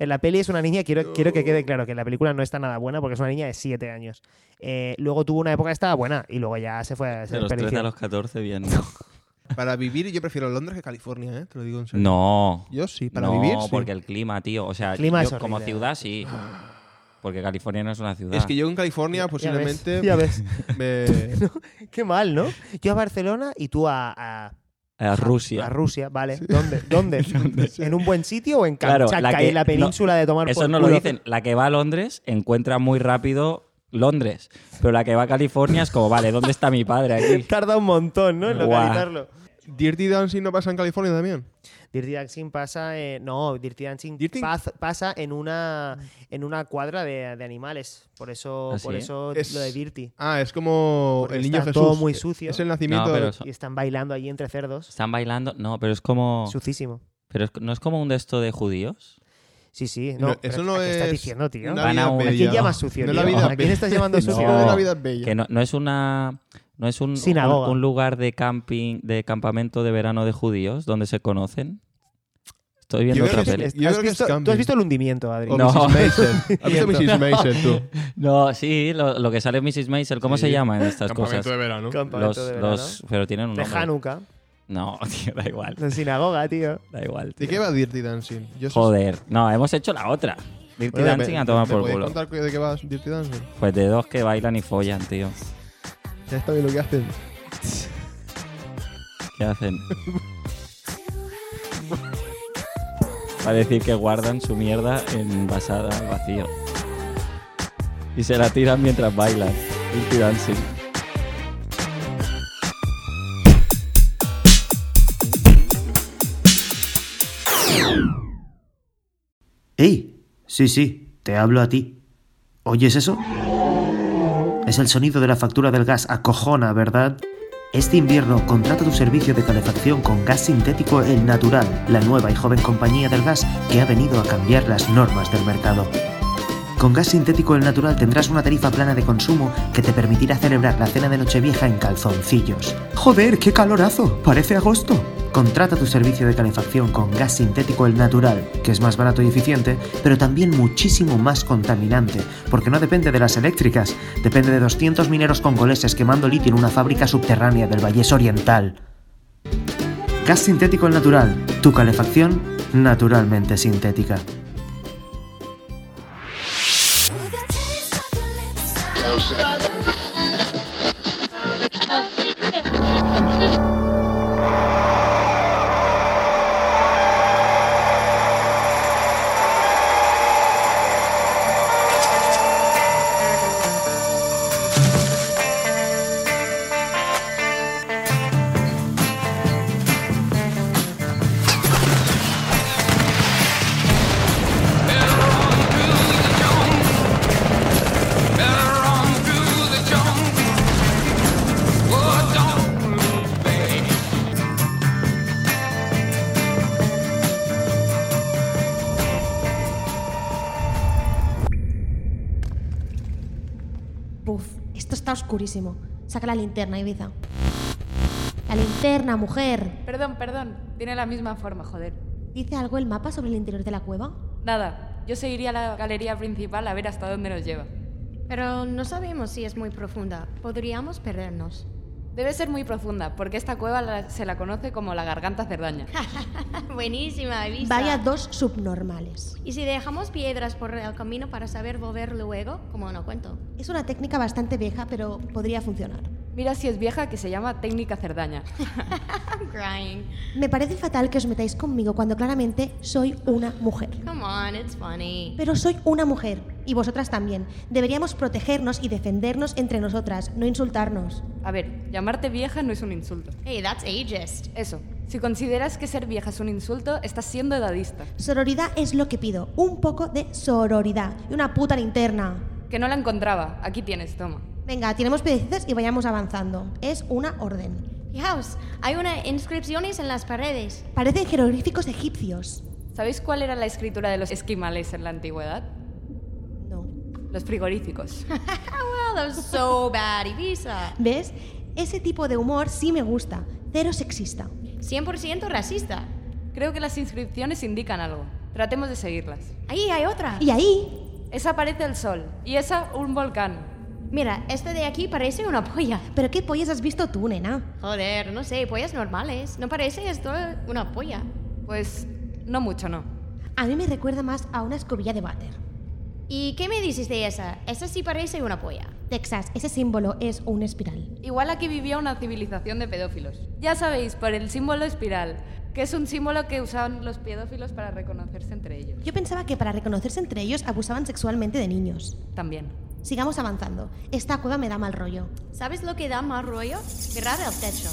S1: En la peli es una niña, quiero, quiero que quede claro que en la película no está nada buena porque es una niña de 7 años. Eh, luego tuvo una época que estaba buena y luego ya se fue se
S4: De los 13
S1: desperdició.
S4: a los 14, bien.
S2: Para vivir, yo prefiero Londres que California, ¿eh? te lo digo en serio.
S4: No.
S2: Yo sí, para
S4: no,
S2: vivir. sí.
S4: porque el clima, tío. O sea,
S1: El clima
S4: yo
S1: es
S4: como
S1: horrible.
S4: ciudad sí. Porque California no es una ciudad.
S2: Es que yo en California
S1: Ya ves,
S2: posiblemente
S1: Ya ves,
S2: me-
S1: Qué mal, ¿no? Yo a Barcelona y tú a, a-
S4: A Eh, Rusia.
S1: a Rusia, ¿vale? ¿Dónde? ¿Dónde? ¿En un buen sitio o en
S4: Claro,
S1: Kamchatka
S4: la que-
S1: y la península de tomar
S4: Eso
S1: por
S4: no lo
S1: culo?
S4: dicen. La que va a Londres encuentra muy rápido Londres. Pero la que va a California es como, vale, ¿dónde está mi padre aquí?
S1: Tarda un montón, ¿no? En
S4: Guau.
S1: localizarlo.
S2: Dirty Dancing no pasa en California también.
S1: Dirty Dancing pasa. eh, no, Dirty Dancing
S2: Dirty- Mm.
S1: paz- pasa en una, en una cuadra de, de animales. Por eso,
S4: ¿Ah, sí?
S1: por eso
S2: Es-
S1: lo de Dirty.
S2: Ah, es como
S1: Porque
S2: el niño
S1: está
S2: Jesús.
S1: todo muy sucio.
S2: Es el nacimiento.
S4: No, pero
S2: de-
S4: eso-
S1: Y están bailando allí entre cerdos.
S4: Están bailando. No, pero es como.
S1: Sucísimo.
S4: Pero es- no es como un de esto de judíos.
S1: Sí, sí. No,
S2: No,
S1: pero
S2: eso
S1: ¿a
S2: no
S1: ¿Qué
S2: es.
S1: estás diciendo, tío?
S2: una
S4: Van a
S2: vida
S4: un- ¿A
S1: ¿A
S2: bella.
S1: quién llamas sucio,
S2: No
S1: tío?
S2: la vida
S1: ¿A quién estás llamando
S2: No,
S1: sucio?
S2: la vida es bella.
S4: Que no, no es una. No es un, un,
S1: Sinagoga.
S4: un lugar de camping, de campamento de verano de judíos donde se conocen.
S3: Estoy viendo
S2: Yo creo
S3: otra
S2: que es-
S3: peli.
S2: yo
S1: ¿Has
S2: creo que
S1: visto-
S2: es
S1: ¿Tú has
S2: Camping.
S1: visto el hundimiento, Adri?
S2: O
S3: No.
S2: Mrs. Maisel. ¿Has visto Mrs. Maisel tú?
S3: No, sí, lo, lo que sale Mrs. Maisel. ¿Cómo
S2: Sí.
S3: se llama en estas
S2: Campamento de
S3: cosas?
S2: verano.
S1: Campamento
S3: Los,
S1: de verano.
S3: los, pero tienen un
S1: De
S3: nombre.
S1: Hanukkah,
S3: No, tío, da igual.
S1: de sinagoga, tío.
S3: Da igual.
S2: ¿De
S3: tío.
S2: qué va Dirty Dancing? Yo sé-
S3: Joder. No, hemos hecho la otra. Dirty
S2: Bueno,
S3: Dancing
S2: me-
S3: a tomar
S2: ¿me
S3: por
S2: podéis
S3: culo.
S2: contar de qué va Dirty Dancing?
S3: Pues de dos que bailan y follan, tío.
S2: Ya está bien lo que hacen.
S3: ¿Qué hacen? Va a decir que guardan su mierda envasada al vacío. Y se la tiran mientras bailan. Dirty Dancing.
S11: ¡Ey! Sí, sí, te hablo a ti. ¿Oyes eso? Es el sonido de la factura del gas, acojona, ¿verdad? Este invierno contrata tu servicio de calefacción con gas sintético El Natural, la nueva y joven compañía del gas que ha venido a cambiar las normas del mercado. Con gas sintético El Natural tendrás una tarifa plana de consumo que te permitirá celebrar la cena de Nochevieja en calzoncillos. ¡Joder, qué calorazo! Parece agosto. Contrata tu servicio de calefacción con gas sintético El Natural, que es más barato y eficiente, pero también muchísimo más contaminante, porque no depende de las eléctricas, depende de 200 mineros congoleses quemando litio en una fábrica subterránea del Vallés Oriental. Gas sintético El Natural, tu calefacción naturalmente sintética.
S7: Buf, esto está oscurísimo. Saca la linterna, Ibiza. La linterna, mujer.
S10: Perdón, perdón. Tiene la misma forma, joder.
S7: ¿Dice algo el mapa sobre el interior de la cueva?
S10: Nada, yo seguiría a la galería principal a ver hasta dónde nos lleva.
S7: Pero no sabemos si es muy profunda. Podríamos perdernos.
S10: Debe ser muy profunda, porque esta cueva la- se la conoce como la garganta cerdaña.
S7: Buenísima, Ibiza.
S9: Vaya dos subnormales.
S7: Y si dejamos piedras por el camino para saber volver luego, como no cuento.
S9: Es una técnica bastante vieja, pero podría funcionar.
S10: Mira si es vieja que se llama técnica cerdaña.
S7: I'm crying.
S9: Me parece fatal que os metáis conmigo cuando claramente soy una mujer.
S7: Come on, it's funny.
S9: Pero soy una mujer, y vosotras también. Deberíamos protegernos y defendernos entre nosotras, no insultarnos.
S10: A ver, llamarte vieja no es un insulto.
S7: Hey, that's ageist.
S10: Eso, si consideras que ser vieja es un insulto, estás siendo edadista.
S9: Sororidad es lo que pido, un poco de sororidad y una puta linterna.
S10: Que no la encontraba, aquí tienes, toma.
S9: Venga, tiremos piedecitas y vayamos avanzando. Es una orden.
S7: Fijaos, hay unas inscripciones en las paredes.
S9: Parecen jeroglíficos egipcios.
S10: ¿Sabéis cuál era la escritura de los esquimales en la antigüedad?
S9: No.
S10: Los frigoríficos.
S7: Well, that was so bad, Ibiza.
S9: ¿Ves? Ese tipo de humor sí me gusta. Cero sexista.
S7: 100% racista.
S10: Creo que las inscripciones indican algo. Tratemos de seguirlas.
S7: Ahí hay otra.
S9: Y ahí,
S10: Esa parece el sol y esa un volcán.
S7: Mira, esta de aquí parece una polla.
S9: ¿pero qué pollas has visto tú, nena?
S7: Joder, no sé, pollas normales. No parece esto una polla.
S10: Pues no mucho, no.
S9: A mí me recuerda más a una escobilla de váter.
S7: ¿Y qué me dices de esa? Esa sí parece una polla.
S9: Texas, ese símbolo es un espiral.
S10: Igual aquí vivía una civilización de pedófilos. Ya sabéis, por el símbolo espiral, que es un símbolo que usaban los pedófilos para reconocerse entre ellos.
S9: Yo pensaba que para reconocerse entre ellos abusaban sexualmente de niños.
S10: También.
S9: Sigamos avanzando. Esta cueva me da mal rollo.
S7: ¿Sabes lo que da más rollo? Mirar el techo.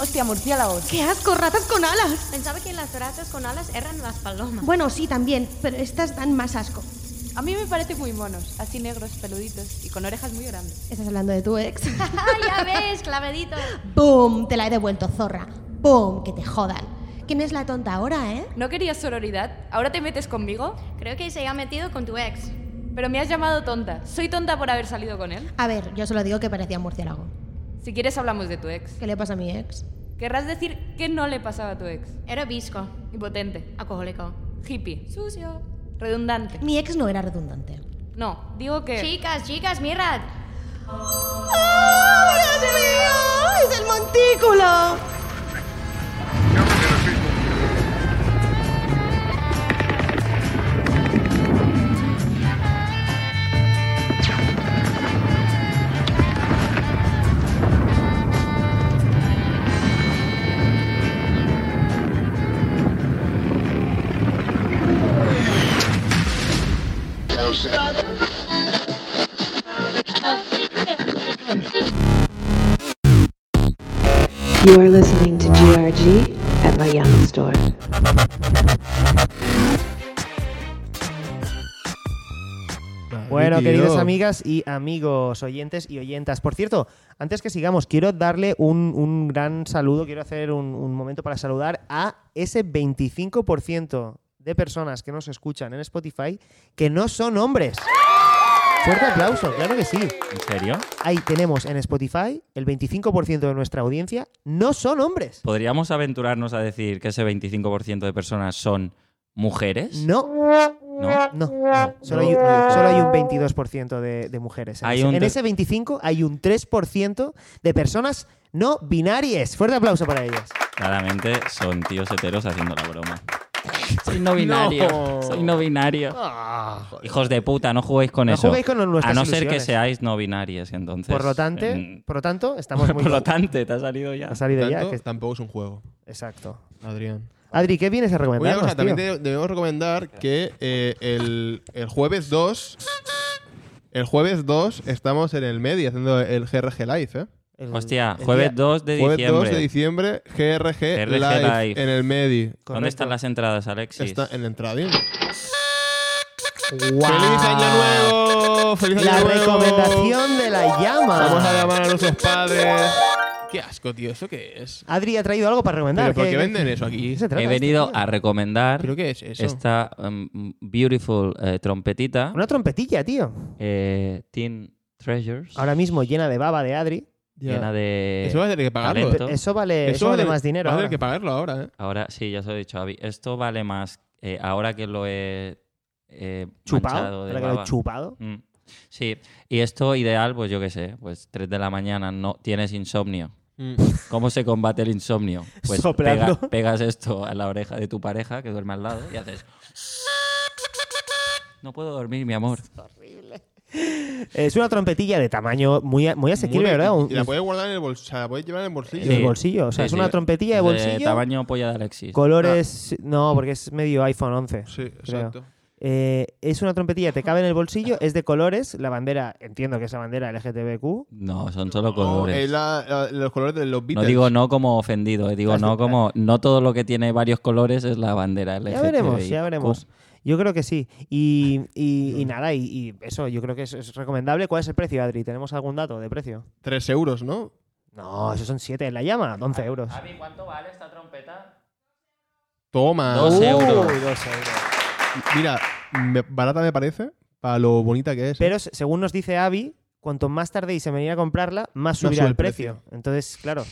S10: Hostia, murciélagos.
S9: ¡Qué asco, ratas con alas!
S7: Pensaba que las ratas con alas eran las palomas.
S9: Bueno, sí, también, pero estas dan más asco.
S10: A mí me parecen muy monos, así negros, peluditos y con orejas muy grandes.
S9: ¿Estás hablando de tu ex?
S7: Ah, ya ves, clavedito.
S9: ¡Boom! Te la he devuelto, zorra. ¡Boom! Que te jodan. ¿Quién es la tonta ahora, eh?
S10: ¿No querías sororidad? ¿Ahora te metes conmigo?
S7: Creo que se ha metido con tu ex.
S10: Pero me has llamado tonta. ¿Soy tonta por haber salido con él?
S9: A ver, yo solo digo que parecía un murciélago.
S10: Si quieres hablamos de tu ex.
S9: ¿Qué le pasa a mi ex?
S10: Querrás decir que no le pasaba a tu ex.
S12: Era visco.
S10: Impotente.
S12: Alcohólico.
S10: Hippie. Sucio. Redundante.
S13: Mi ex no era redundante.
S10: No, digo que.
S12: Chicas, chicas, mirad.
S13: ¡Oh, Dios mío! ¡Es el montículo!
S14: You are listening to GRG at my Young Store.
S1: Bueno,
S2: Ay, tío.
S1: queridos amigas y amigos oyentes y oyentas. Por cierto, antes que sigamos, quiero darle un, un gran saludo, quiero hacer un, un momento para saludar a ese 25% de personas que nos escuchan en Spotify que no son hombres. Fuerte aplauso, claro que sí.
S4: ¿En serio?
S1: Ahí tenemos en Spotify el 25% de nuestra audiencia no son hombres.
S4: ¿Podríamos aventurarnos a decir que ese 25% de personas son mujeres?
S1: No.
S4: No.
S1: No, no. Solo, hay, un- solo hay un 22% de, de mujeres. En,
S4: Hay
S1: ese,
S4: un
S1: en
S4: tre-
S1: ese 25 hay un 3% de personas no binarias. Fuerte aplauso para ellas.
S4: Claramente son tíos heteros haciendo la broma. Soy no binario.
S1: No.
S4: Soy no binario.
S1: Ah.
S4: Hijos de puta, no juguéis con
S1: No
S4: eso.
S1: juguéis con nuestras
S4: a no ser que
S1: ilusiones.
S4: seáis no binarias, entonces.
S1: Por lo tanto,
S4: en-
S1: por lo tanto estamos muy...
S4: Por lo tanto, te ha salido ya.
S1: ha salido ya.
S2: Tanto,
S1: que-
S2: Tampoco es un juego,
S1: Exacto.
S2: Adrián.
S1: Adri, ¿qué vienes a
S2: Pues Una
S1: recomendarnos, tío?
S2: cosa, también te- debemos recomendar que eh, el, el jueves 2. El jueves 2 estamos en el medio haciendo el GRG Live, ¿eh?
S1: El-
S4: Hostia,
S1: el
S4: jueves
S1: día-
S4: 2 de
S2: Jueves 2 de
S4: diciembre.
S2: diciembre, GRG,
S4: GRG
S2: Live,
S4: Live.
S2: en el Medi.
S4: ¿Dónde están las entradas, Alexis?
S2: Está en la entrada.
S1: ¡Guau!
S2: ¡Feliz Año Nuevo! ¡Feliz
S1: La
S2: Año Nuevo!
S1: recomendación de la llama.
S2: Vamos a llamar a nuestros padres. Qué asco, tío. ¿Eso qué es?
S1: Adri ha traído algo para recomendar.
S2: ¿Pero por qué
S1: ¿Qué-
S2: venden
S1: qué-
S2: eso aquí?
S1: qué se trata
S4: He
S1: esto,
S4: venido
S1: tío?
S4: a recomendar
S2: ¿Pero qué es eso?
S4: esta um, beautiful eh, trompetita,
S1: Una trompetilla, tío.
S4: eh, Teen Treasures,
S1: Ahora mismo llena de baba de Adri.
S2: Ya.
S4: llena de.
S2: Eso va a tener que pagarlo.
S4: talento.
S1: Pe- Ah, pues Eso vale, eso vale más dinero.
S2: Vas a
S1: ahora.
S2: tener que pagarlo ahora, ¿eh?
S4: Ahora, sí, ya os lo he dicho, Avi. Esto vale más eh, ahora que lo he eh, manchado
S1: Chupado.
S4: de
S1: ahora que lo he
S4: baba.
S1: chupado.
S4: Mm. Sí, y esto ideal, pues yo qué sé, pues 3 de la mañana no tienes insomnio.
S2: Mm.
S4: ¿Cómo se combate el insomnio? Pues
S1: Soplando.
S4: pega- pegas esto a la oreja de tu pareja que duerme al lado y haces. No puedo dormir, mi amor.
S1: Es una trompetilla de tamaño muy, muy asequible,
S2: Muy-
S1: ¿verdad? Un-
S2: Y la puedes guardar en el bolsillo. La puedes llevar en el bolsillo.
S1: en el
S4: Sí.
S1: bolsillo. O sea,
S4: Sí,
S1: es
S4: sí.
S1: una trompetilla de bolsillo.
S4: tamaño polla de Alexis.
S1: Colores. No, porque es medio iPhone 11.
S2: Sí,
S1: creo.
S2: exacto.
S1: Eh, es una trompetilla, te cabe en el bolsillo, es de colores. La bandera, entiendo que es la bandera LGTBQ.
S4: No, son solo
S2: No, Oh, es
S4: colores.
S2: la- la- los colores de los
S4: No
S2: Beatles.
S4: digo no como ofendido, eh, digo no como no todo lo que tiene varios colores es la bandera
S1: Ya veremos,
S4: LGTBIQ.
S1: ya veremos. Yo creo que sí. Y, y- y nada, y, y eso, yo creo que es, es recomendable. ¿Cuál es el precio, Adri? ¿Tenemos algún dato de precio?
S2: 3 euros, ¿no?
S1: No, esos son 7 en la llama, 11 euros.
S4: ¿cuánto vale esta trompeta?
S2: Toma.
S1: Uh.
S4: Dos euros.
S1: Uy, dos euros.
S2: Mira, me- barata me parece para lo bonita que es. ¿eh?
S1: Pero se- según nos dice Avi, cuanto más tardéis en venir a comprarla, más
S2: Más
S1: subirá
S2: sube
S1: el
S2: el
S1: precio.
S2: precio.
S1: Entonces, claro,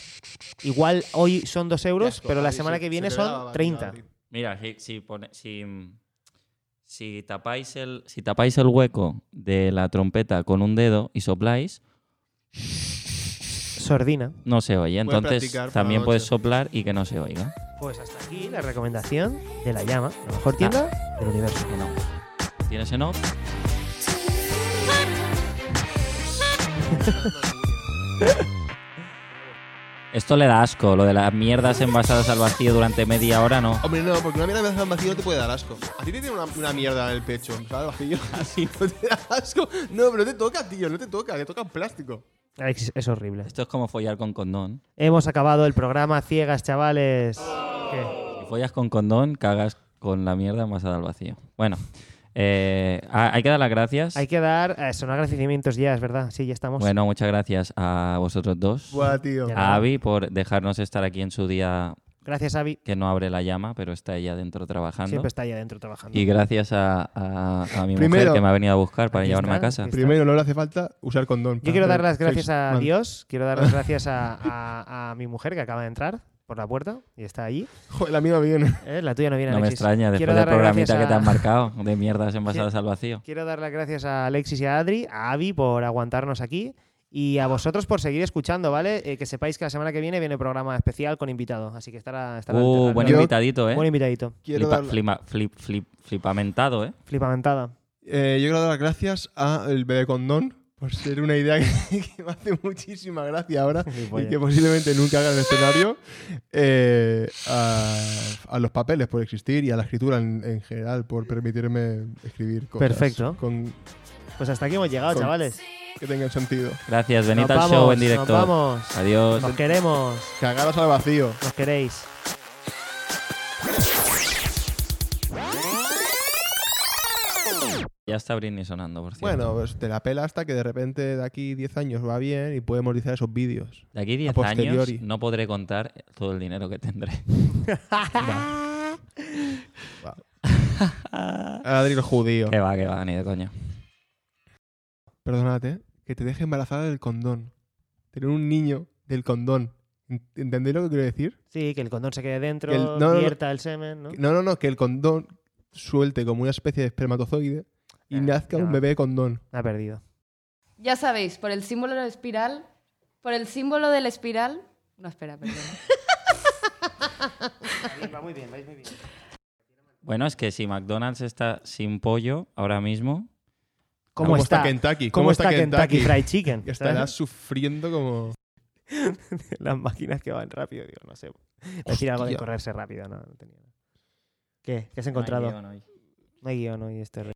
S1: igual hoy son 2 euros,
S2: Qué asco,
S1: pero la
S2: Javi,
S1: semana
S2: se-
S1: que
S2: se
S1: viene
S2: te da la
S1: son
S2: vacuna,
S1: 30.
S2: tío.
S4: Mira, si, si pone- si, si tapáis el, si tapáis el hueco de la trompeta con un dedo y sopláis,
S1: Sordina.
S4: no se oye.
S2: Puedes
S4: Entonces
S2: practicar por la
S4: también
S2: noche.
S4: puedes soplar y que no se oiga.
S1: Pues hasta aquí la recomendación de la llama, la
S2: Ah.
S1: mejor tienda del universo.
S4: Que no. ¿Tienes en off? Esto le da asco, lo de las mierdas envasadas al vacío durante media hora, no.
S2: Hombre, no, porque una mierda de al vacío no te puede dar asco. A ti te tiene una, una mierda en el pecho, ¿sabes? Vacío, así no te da asco. No, pero no te toca, tío, no te toca, te toca plástico.
S1: Alexis, Ah, es horrible.
S4: Esto es como follar con condón.
S1: Hemos acabado el programa ciegas, chavales. ¿Qué?
S4: Si follas con condón, cagas con la mierda envasada al vacío. Bueno, eh, ha- hay que dar las gracias.
S1: Hay que dar. eh, son agradecimientos ya, es verdad. Sí, ya estamos.
S4: Bueno, muchas gracias a vosotros dos.
S2: Buah, tío.
S1: Ya.
S4: A Avi por dejarnos estar aquí en su día
S1: Gracias, Avi.
S4: que no abre la llama, pero está ella dentro trabajando.
S1: Siempre está ahí adentro trabajando.
S4: Y gracias a, a- a mi
S2: Primero-
S4: mujer que me ha venido a buscar para
S1: Aquí
S4: llevarme
S1: está,
S4: a casa.
S1: aquí está.
S2: Primero, no le hace falta usar condón.
S1: Yo quiero dar las
S2: Sex
S1: gracias a
S2: man.
S1: Dios, quiero dar las gracias a, a- a mi mujer que acaba de entrar, por la puerta y está allí.
S2: Joder, la mía no viene.
S1: Eh, La tuya no viene,
S3: No me
S1: Alexis.
S3: extraña,
S1: Quiero
S3: después del
S1: dar las
S3: programita
S1: gracias
S3: que te
S1: a-
S3: han marcado de mierdas envasadas al vacío.
S1: Quiero dar las gracias a Alexis y a Adri, a Avi por aguantarnos aquí y a vosotros por seguir escuchando, ¿vale? Eh, que sepáis que la semana que viene viene programa especial con invitado, así que estará... estará
S3: Uh,
S1: enterrado.
S3: buen invitadito, ¿eh?
S1: Buen invitadito.
S2: Quiero
S3: Flipa-
S2: darle-
S3: flipa- flip- flip- flipamentado, ¿eh?
S1: Flipamentada.
S2: Eh, yo quiero dar las gracias a el bebé condón por ser una idea que, que me hace muchísima gracia ahora y
S1: polla.
S2: que posiblemente nunca haga en el escenario. Eh, a, a los papeles por existir y a la escritura en, en general por permitirme escribir cosas.
S1: Perfecto.
S2: Con,
S1: Pues hasta aquí hemos llegado,
S2: con-
S1: chavales.
S2: Que tengan sentido.
S3: Gracias, venid
S1: Nos
S3: al
S1: vamos,
S3: show en directo.
S1: Nos vamos.
S3: Adiós.
S1: Nos queremos.
S2: Cagaros al vacío.
S1: Nos queréis.
S3: Ya está Britney sonando, por cierto.
S2: Bueno, pues te la pela hasta que de repente de aquí 10 años va bien y puede monetizar esos vídeos.
S3: de aquí 10
S2: a
S3: años
S2: posteriori.
S3: no podré contar todo el dinero que tendré.
S2: Adri el judío.
S3: Que va, que va, ni de coña.
S2: Perdónate, que te deje embarazada del condón. Tener un niño del condón. Ent- ¿Entendéis lo que quiero decir?
S1: Sí, que el condón se quede dentro,
S2: Que el- no, no, no.
S1: vierta el semen, ¿no?
S2: No, no, no, que el condón suelte como una especie de espermatozoide y
S1: Ah,
S2: nazca
S1: ya
S2: un
S1: va.
S2: bebé condón.
S1: Me ha perdido.
S10: Ya sabéis, por el símbolo de la espiral, por el símbolo de la espiral. No, espera, perdón.
S1: Va muy bien, vais muy bien.
S3: Bueno, es que si McDonald's está sin pollo ahora mismo,
S1: ¿Cómo,
S2: ¿Cómo
S1: está?
S2: está Kentucky?
S1: ¿Cómo, está Kentucky, ¿Eh? Fried Chicken?
S2: Que Estará
S1: ¿Sabes?
S2: sufriendo como...
S1: Las máquinas que van rápido, digo, no sé. Decir algo de
S2: Hostia.
S1: correrse rápido, no, no tenía. ¿Qué? ¿Qué has
S3: no hay
S1: encontrado?
S3: guión hoy.
S1: No hay guión hoy, este rey.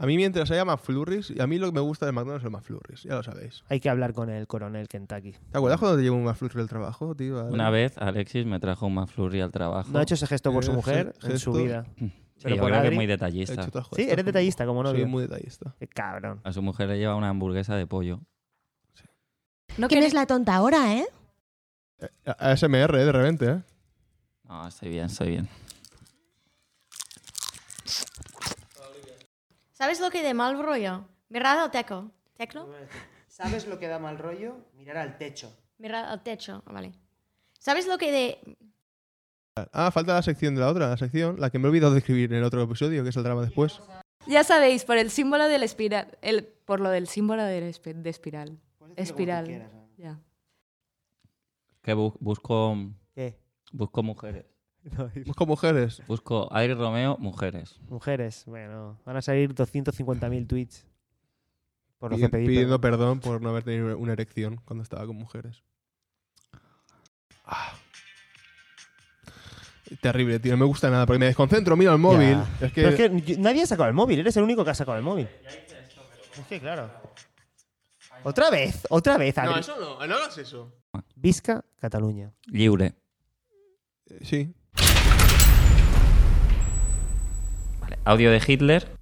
S2: A mí mientras haya más flurries, y a mí lo que me gusta de McDonald's es el más flurries, ya lo sabéis.
S1: Hay que hablar con el coronel Kentucky.
S2: ¿Te acuerdas cuando te llevo un más flurry del trabajo, tío? Adri?
S3: Una vez Alexis me trajo un McFlurry al trabajo.
S1: No ha hecho ese gesto por su
S2: Eh,
S1: mujer
S2: ge-
S1: en su
S2: gestos.
S1: vida.
S3: Sí,
S1: pero
S3: yo
S1: por
S3: creo que
S1: Adri-
S3: es muy
S2: He
S3: detallista.
S2: hecho otras
S1: Sí,
S2: cosas
S1: eres
S2: como-
S1: detallista, como
S2: Soy
S1: novio.
S2: muy detallista.
S1: Qué cabrón.
S3: A su mujer le lleva una hamburguesa de pollo.
S10: No
S9: ¿Quién
S10: quere-
S9: es la tonta ahora, eh?
S2: A- ASMR, eh, de repente, ¿eh?
S3: No, estoy bien, estoy bien.
S15: ¿Sabes lo que de mal rollo? Mirar al techo. ¿Tecno?
S1: ¿Sabes lo que da mal rollo? Mirar al techo.
S15: Mirar al techo. Ah, Vale. ¿Sabes lo que de...
S2: Ah, falta la sección de la otra, la sección, la que me he olvidado de escribir en el otro episodio, que es el drama después.
S10: Ya sabéis, por el símbolo de la espiral. El, por lo del símbolo de, la espi- de espiral.
S1: Pues este
S10: Espiral. Ya.
S3: Que bu- busco,
S1: ¿Qué?
S3: busco mujeres.
S1: No, y-
S2: Busco Pues mujeres.
S3: Busco Adri Romeo, mujeres.
S1: Mujeres, bueno, van a salir 250.000 tweets. Por lo
S2: Pidi-
S1: que pedí.
S2: pidiendo perdón por no haber tenido una erección cuando estaba con mujeres. Ah. Terrible, tío. No me gusta nada porque me desconcentro, miro al móvil. Es que,
S1: Pero es que yo- nadie ha sacado el móvil, eres el único que ha sacado el móvil. Es que claro. Otra vez, otra vez, Adri.
S2: no. No hagas eso.
S1: Visca, Cataluña.
S3: Lliure.
S2: Sí.
S3: Audio de Hitler.